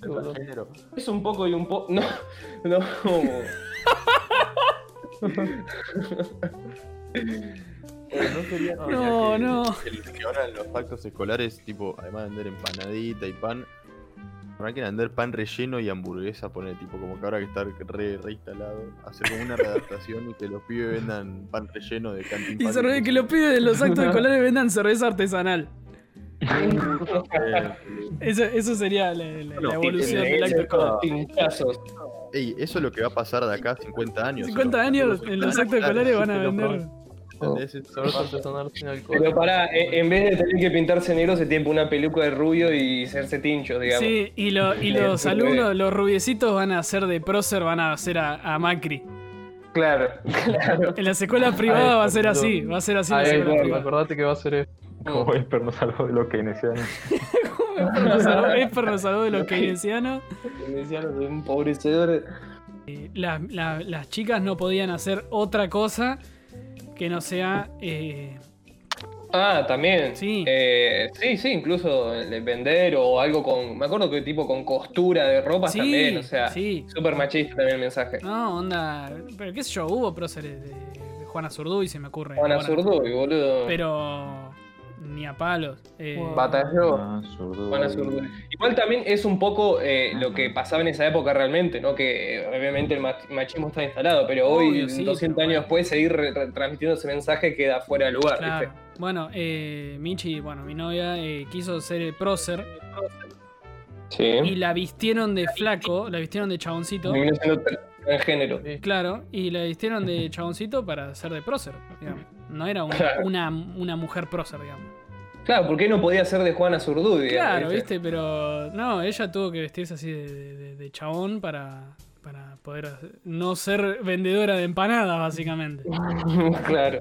[SPEAKER 4] Boludo.
[SPEAKER 3] Es un poco y un poco. No, no.
[SPEAKER 1] No, no.
[SPEAKER 2] El que ahora en los pactos escolares, tipo, además de vender empanadita y pan, ahora quieren vender pan relleno y hamburguesa, poner tipo, como que ahora que está re, reinstalado, hacer como una readaptación y que los pibes vendan pan relleno de cantin
[SPEAKER 1] Y
[SPEAKER 2] pan
[SPEAKER 1] cerve- que los pibes de los
[SPEAKER 2] [laughs]
[SPEAKER 1] actos escolares vendan cerveza artesanal.
[SPEAKER 2] Eh,
[SPEAKER 1] Eso, eso sería la, la- la
[SPEAKER 2] Bueno,
[SPEAKER 1] evolución
[SPEAKER 2] sí,
[SPEAKER 1] del acto escolar.
[SPEAKER 3] Pinchazos.
[SPEAKER 2] Ey, eso es lo que va a pasar de acá a 50 años.
[SPEAKER 1] 50
[SPEAKER 2] ¿no?
[SPEAKER 1] años en los actos escolares van a
[SPEAKER 4] Pero
[SPEAKER 1] vender.
[SPEAKER 2] ¿Entendés? Es-
[SPEAKER 4] Cerveza artesanal sin alcohol.
[SPEAKER 3] Pero pará, e- en vez de tener que pintarse negro, se tiene una peluca de rubio y hacerse tincho, digamos.
[SPEAKER 1] Sí, y, lo- y los
[SPEAKER 3] Sí,
[SPEAKER 1] alumnos, los rubiecitos van a ser de prócer, van a ser a, a Macri.
[SPEAKER 3] Claro, claro.
[SPEAKER 1] En las escuelas privadas va a ser
[SPEAKER 4] boludo.
[SPEAKER 1] así, va a ser así en
[SPEAKER 4] Ah,
[SPEAKER 1] las
[SPEAKER 4] eh,
[SPEAKER 1] escuelas
[SPEAKER 3] bueno.
[SPEAKER 4] Gordo,
[SPEAKER 1] privadas.
[SPEAKER 4] acordate que va a ser eso.
[SPEAKER 5] [laughs] Como el perno salvo de los keynesianos.
[SPEAKER 1] Esper nos salvó- Esper nos salvó
[SPEAKER 2] [laughs]
[SPEAKER 1] de los keynesianos.
[SPEAKER 3] Me decían de un pobrecedor.
[SPEAKER 1] Eh, las- la- las chicas no podían hacer otra cosa que no sea. eh,
[SPEAKER 3] Ah, también.
[SPEAKER 1] Sí.
[SPEAKER 3] Eh, sí, sí, incluso el de vender o algo con. Me acuerdo que tipo con costura de ropa
[SPEAKER 1] sí,
[SPEAKER 3] también, o sea.
[SPEAKER 1] sí. Ah,
[SPEAKER 3] Súper machista también el mensaje.
[SPEAKER 1] No, onda. Pero qué sé yo, hubo próceres de, de Juana Zurduy, se me ocurre.
[SPEAKER 3] Juana
[SPEAKER 1] ahora.
[SPEAKER 3] Zurduy, boludo.
[SPEAKER 1] Pero. Ni a palos. Eh,
[SPEAKER 3] Batalló.
[SPEAKER 5] Ah, zurdo.
[SPEAKER 3] Juana Zurduy. Igual también es un poco eh, lo que pasaba en esa época realmente, ¿no? Que eh, obviamente el mach- machismo está instalado, pero hoy,
[SPEAKER 1] Obvio, sí,
[SPEAKER 3] 200
[SPEAKER 1] pero
[SPEAKER 3] años
[SPEAKER 1] bueno.
[SPEAKER 3] después, seguir re- re- transmitiendo ese mensaje queda fuera de lugar,
[SPEAKER 1] Claro.
[SPEAKER 3] ¿viste?
[SPEAKER 1] Bueno, eh, Michi, bueno, mi novia eh, quiso ser eh, prócer y
[SPEAKER 3] Sí.
[SPEAKER 1] la vistieron de flaco, la vistieron de chaboncito.
[SPEAKER 3] Terminó siendo tra- transgénero.
[SPEAKER 1] Claro, y la vistieron
[SPEAKER 3] [laughs]
[SPEAKER 1] de chaboncito para ser de prócer, digamos. No era un-
[SPEAKER 3] Claro.
[SPEAKER 1] una, una mujer prócer, digamos.
[SPEAKER 3] Claro, ¿por qué no podía ser de Juana Zurduy? digamos,
[SPEAKER 1] Claro, viste, pero no, ella tuvo que vestirse así de, de- de chabón para, para poder hacer- no ser vendedora de empanadas, básicamente.
[SPEAKER 3] [laughs] claro.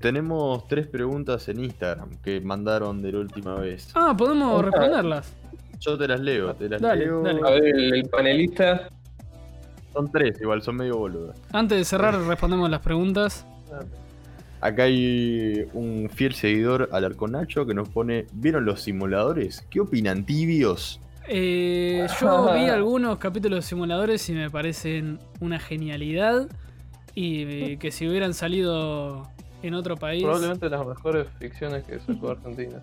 [SPEAKER 2] Tenemos tres preguntas en Instagram que mandaron de la última vez.
[SPEAKER 1] Ah, podemos responderlas.
[SPEAKER 2] Yo te las leo, te las
[SPEAKER 1] Dale,
[SPEAKER 2] leo.
[SPEAKER 1] dale.
[SPEAKER 3] A ver, el, el panelista.
[SPEAKER 2] Son tres, igual son medio boludas.
[SPEAKER 1] Antes de cerrar, respondemos las preguntas.
[SPEAKER 2] Acá hay un fiel seguidor Alarconacho que nos pone, ¿vieron los simuladores? ¿Qué opinan tibios?
[SPEAKER 1] Eh, yo vi algunos capítulos de simuladores y me parecen una genialidad. Y eh, que si hubieran salido en otro país.
[SPEAKER 4] Probablemente las mejores ficciones que sacó Argentina.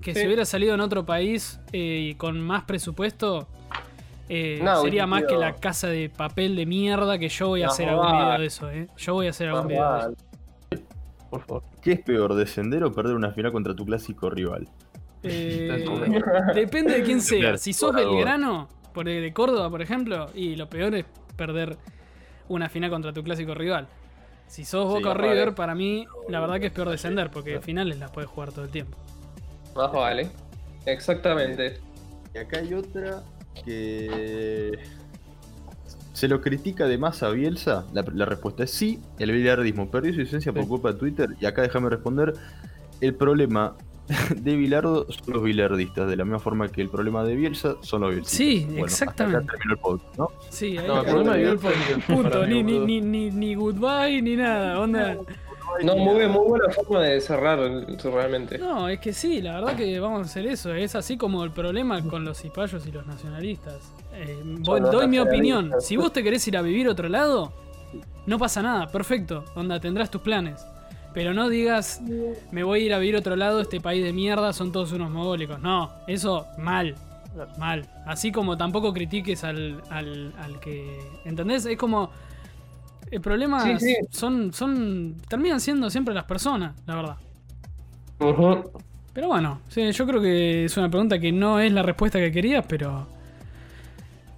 [SPEAKER 1] Que
[SPEAKER 3] Sí.
[SPEAKER 1] si hubiera salido en otro país eh, y con más presupuesto, eh,
[SPEAKER 3] No,
[SPEAKER 1] sería más que
[SPEAKER 3] boludo.
[SPEAKER 1] la casa de papel de mierda que yo voy a
[SPEAKER 3] No,
[SPEAKER 1] hacer algún
[SPEAKER 3] va.
[SPEAKER 1] video de eso, ¿eh? Yo voy a hacer algún video de eso.
[SPEAKER 4] Por favor.
[SPEAKER 2] ¿Qué es peor, descender o perder una final contra tu clásico rival?
[SPEAKER 1] Eh,
[SPEAKER 4] Entonces,
[SPEAKER 1] [laughs] depende de quién sea.
[SPEAKER 2] Claro,
[SPEAKER 1] Si sos
[SPEAKER 2] por favor.
[SPEAKER 1] Belgrano, por el de Córdoba, por ejemplo, y lo peor es perder una final contra tu clásico rival. Si sos
[SPEAKER 2] Sí,
[SPEAKER 1] Boca o
[SPEAKER 2] vale.
[SPEAKER 4] eh.
[SPEAKER 1] River, para mí la verdad que es peor descender, porque finales las puedes jugar todo el tiempo.
[SPEAKER 3] Más vale. Exactamente.
[SPEAKER 2] Y acá hay otra que. Se lo critica de más a Bielsa. La, la respuesta es sí. El bilardismo perdió su licencia por
[SPEAKER 4] Sí.
[SPEAKER 2] culpa de Twitter. Y acá déjame responder. El problema de Bilardo son los bilardistas. De la misma forma que el problema de Bielsa son los bielsistas.
[SPEAKER 1] Sí,
[SPEAKER 2] Bueno, hasta
[SPEAKER 1] exactamente.
[SPEAKER 2] acá terminó el podcast, ¿no?
[SPEAKER 1] Sí, ahí
[SPEAKER 4] No, el
[SPEAKER 1] acá-
[SPEAKER 4] problema de Bielsa es que-
[SPEAKER 1] Punto,
[SPEAKER 4] para mí,
[SPEAKER 1] ni, ni,
[SPEAKER 4] boludo.
[SPEAKER 1] ni, ni, ni goodbye, ni nada, onda.
[SPEAKER 3] No, muy, bien, muy buena forma de cerrar realmente.
[SPEAKER 1] No, es que sí, la verdad que vamos a hacer eso. Es así como el problema con los cipayos y los nacionalistas. Eh, voy-
[SPEAKER 3] los
[SPEAKER 1] doy mi
[SPEAKER 3] nacionalistas.
[SPEAKER 1] opinión. Si vos te querés ir a vivir a otro lado, no pasa nada, perfecto. Onda, tendrás tus planes. Pero no digas, me voy a ir a vivir a otro lado, este país de mierda, son todos unos mogólicos. No, eso mal. Mal. Así como tampoco critiques al, al, al que. ¿Entendés? Es como. El problema
[SPEAKER 3] Sí, sí.
[SPEAKER 1] son. son. terminan siendo siempre las personas, la verdad.
[SPEAKER 3] Ujú.
[SPEAKER 1] Pero bueno, sí, yo creo que es una pregunta que no es la respuesta que querías, pero.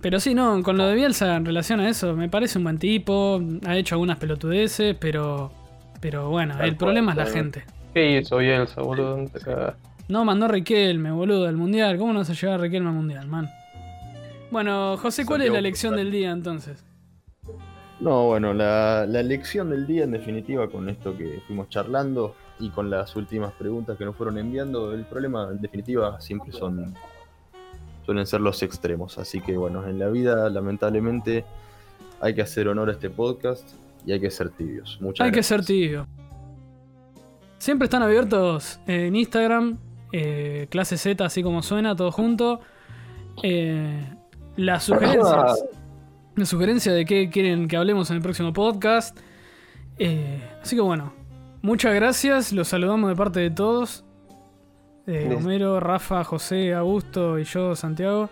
[SPEAKER 1] Pero sí, no, con lo de Bielsa en relación a eso, me parece un buen tipo, ha hecho algunas pelotudeces, pero. Pero bueno,
[SPEAKER 3] Tal
[SPEAKER 1] el
[SPEAKER 3] cual,
[SPEAKER 1] problema es la
[SPEAKER 3] tal
[SPEAKER 1] gente.
[SPEAKER 4] ¿Qué hizo Bielsa, boludo? No te cagas.
[SPEAKER 1] No mandó a Riquelme, boludo, al mundial. ¿Cómo no vas a llevar a Riquelme al mundial, man? Bueno, José, ¿cuál es la
[SPEAKER 2] Santiago
[SPEAKER 1] lección
[SPEAKER 2] Portal.
[SPEAKER 1] del día entonces?
[SPEAKER 2] No, bueno, la, la lección del día en definitiva con esto que fuimos charlando y con las últimas preguntas que nos fueron enviando, el problema en definitiva siempre son suelen ser los extremos, así que bueno, en la vida lamentablemente hay que hacer honor a este podcast y hay que ser tibios. Muchas
[SPEAKER 1] Hay que ser
[SPEAKER 2] gracias.
[SPEAKER 1] tibio. Siempre están abiertos en Instagram, eh, clase Z, así como suena, todo junto. Eh, las sugerencias. La sugerencia de qué quieren que hablemos en el próximo podcast. Eh, así que bueno, muchas gracias, los saludamos de parte de todos. Eh,
[SPEAKER 5] Des-
[SPEAKER 1] Homero, Rafa, José, Augusto y yo, Santiago.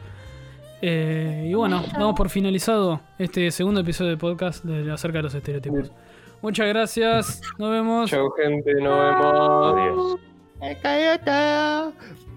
[SPEAKER 1] Eh, y bueno, damos por finalizado este segundo episodio de podcast de acerca de los estereotipos. Muchas gracias, nos vemos.
[SPEAKER 3] Chau, gente, nos vemos.
[SPEAKER 5] Adiós.
[SPEAKER 6] Cállate.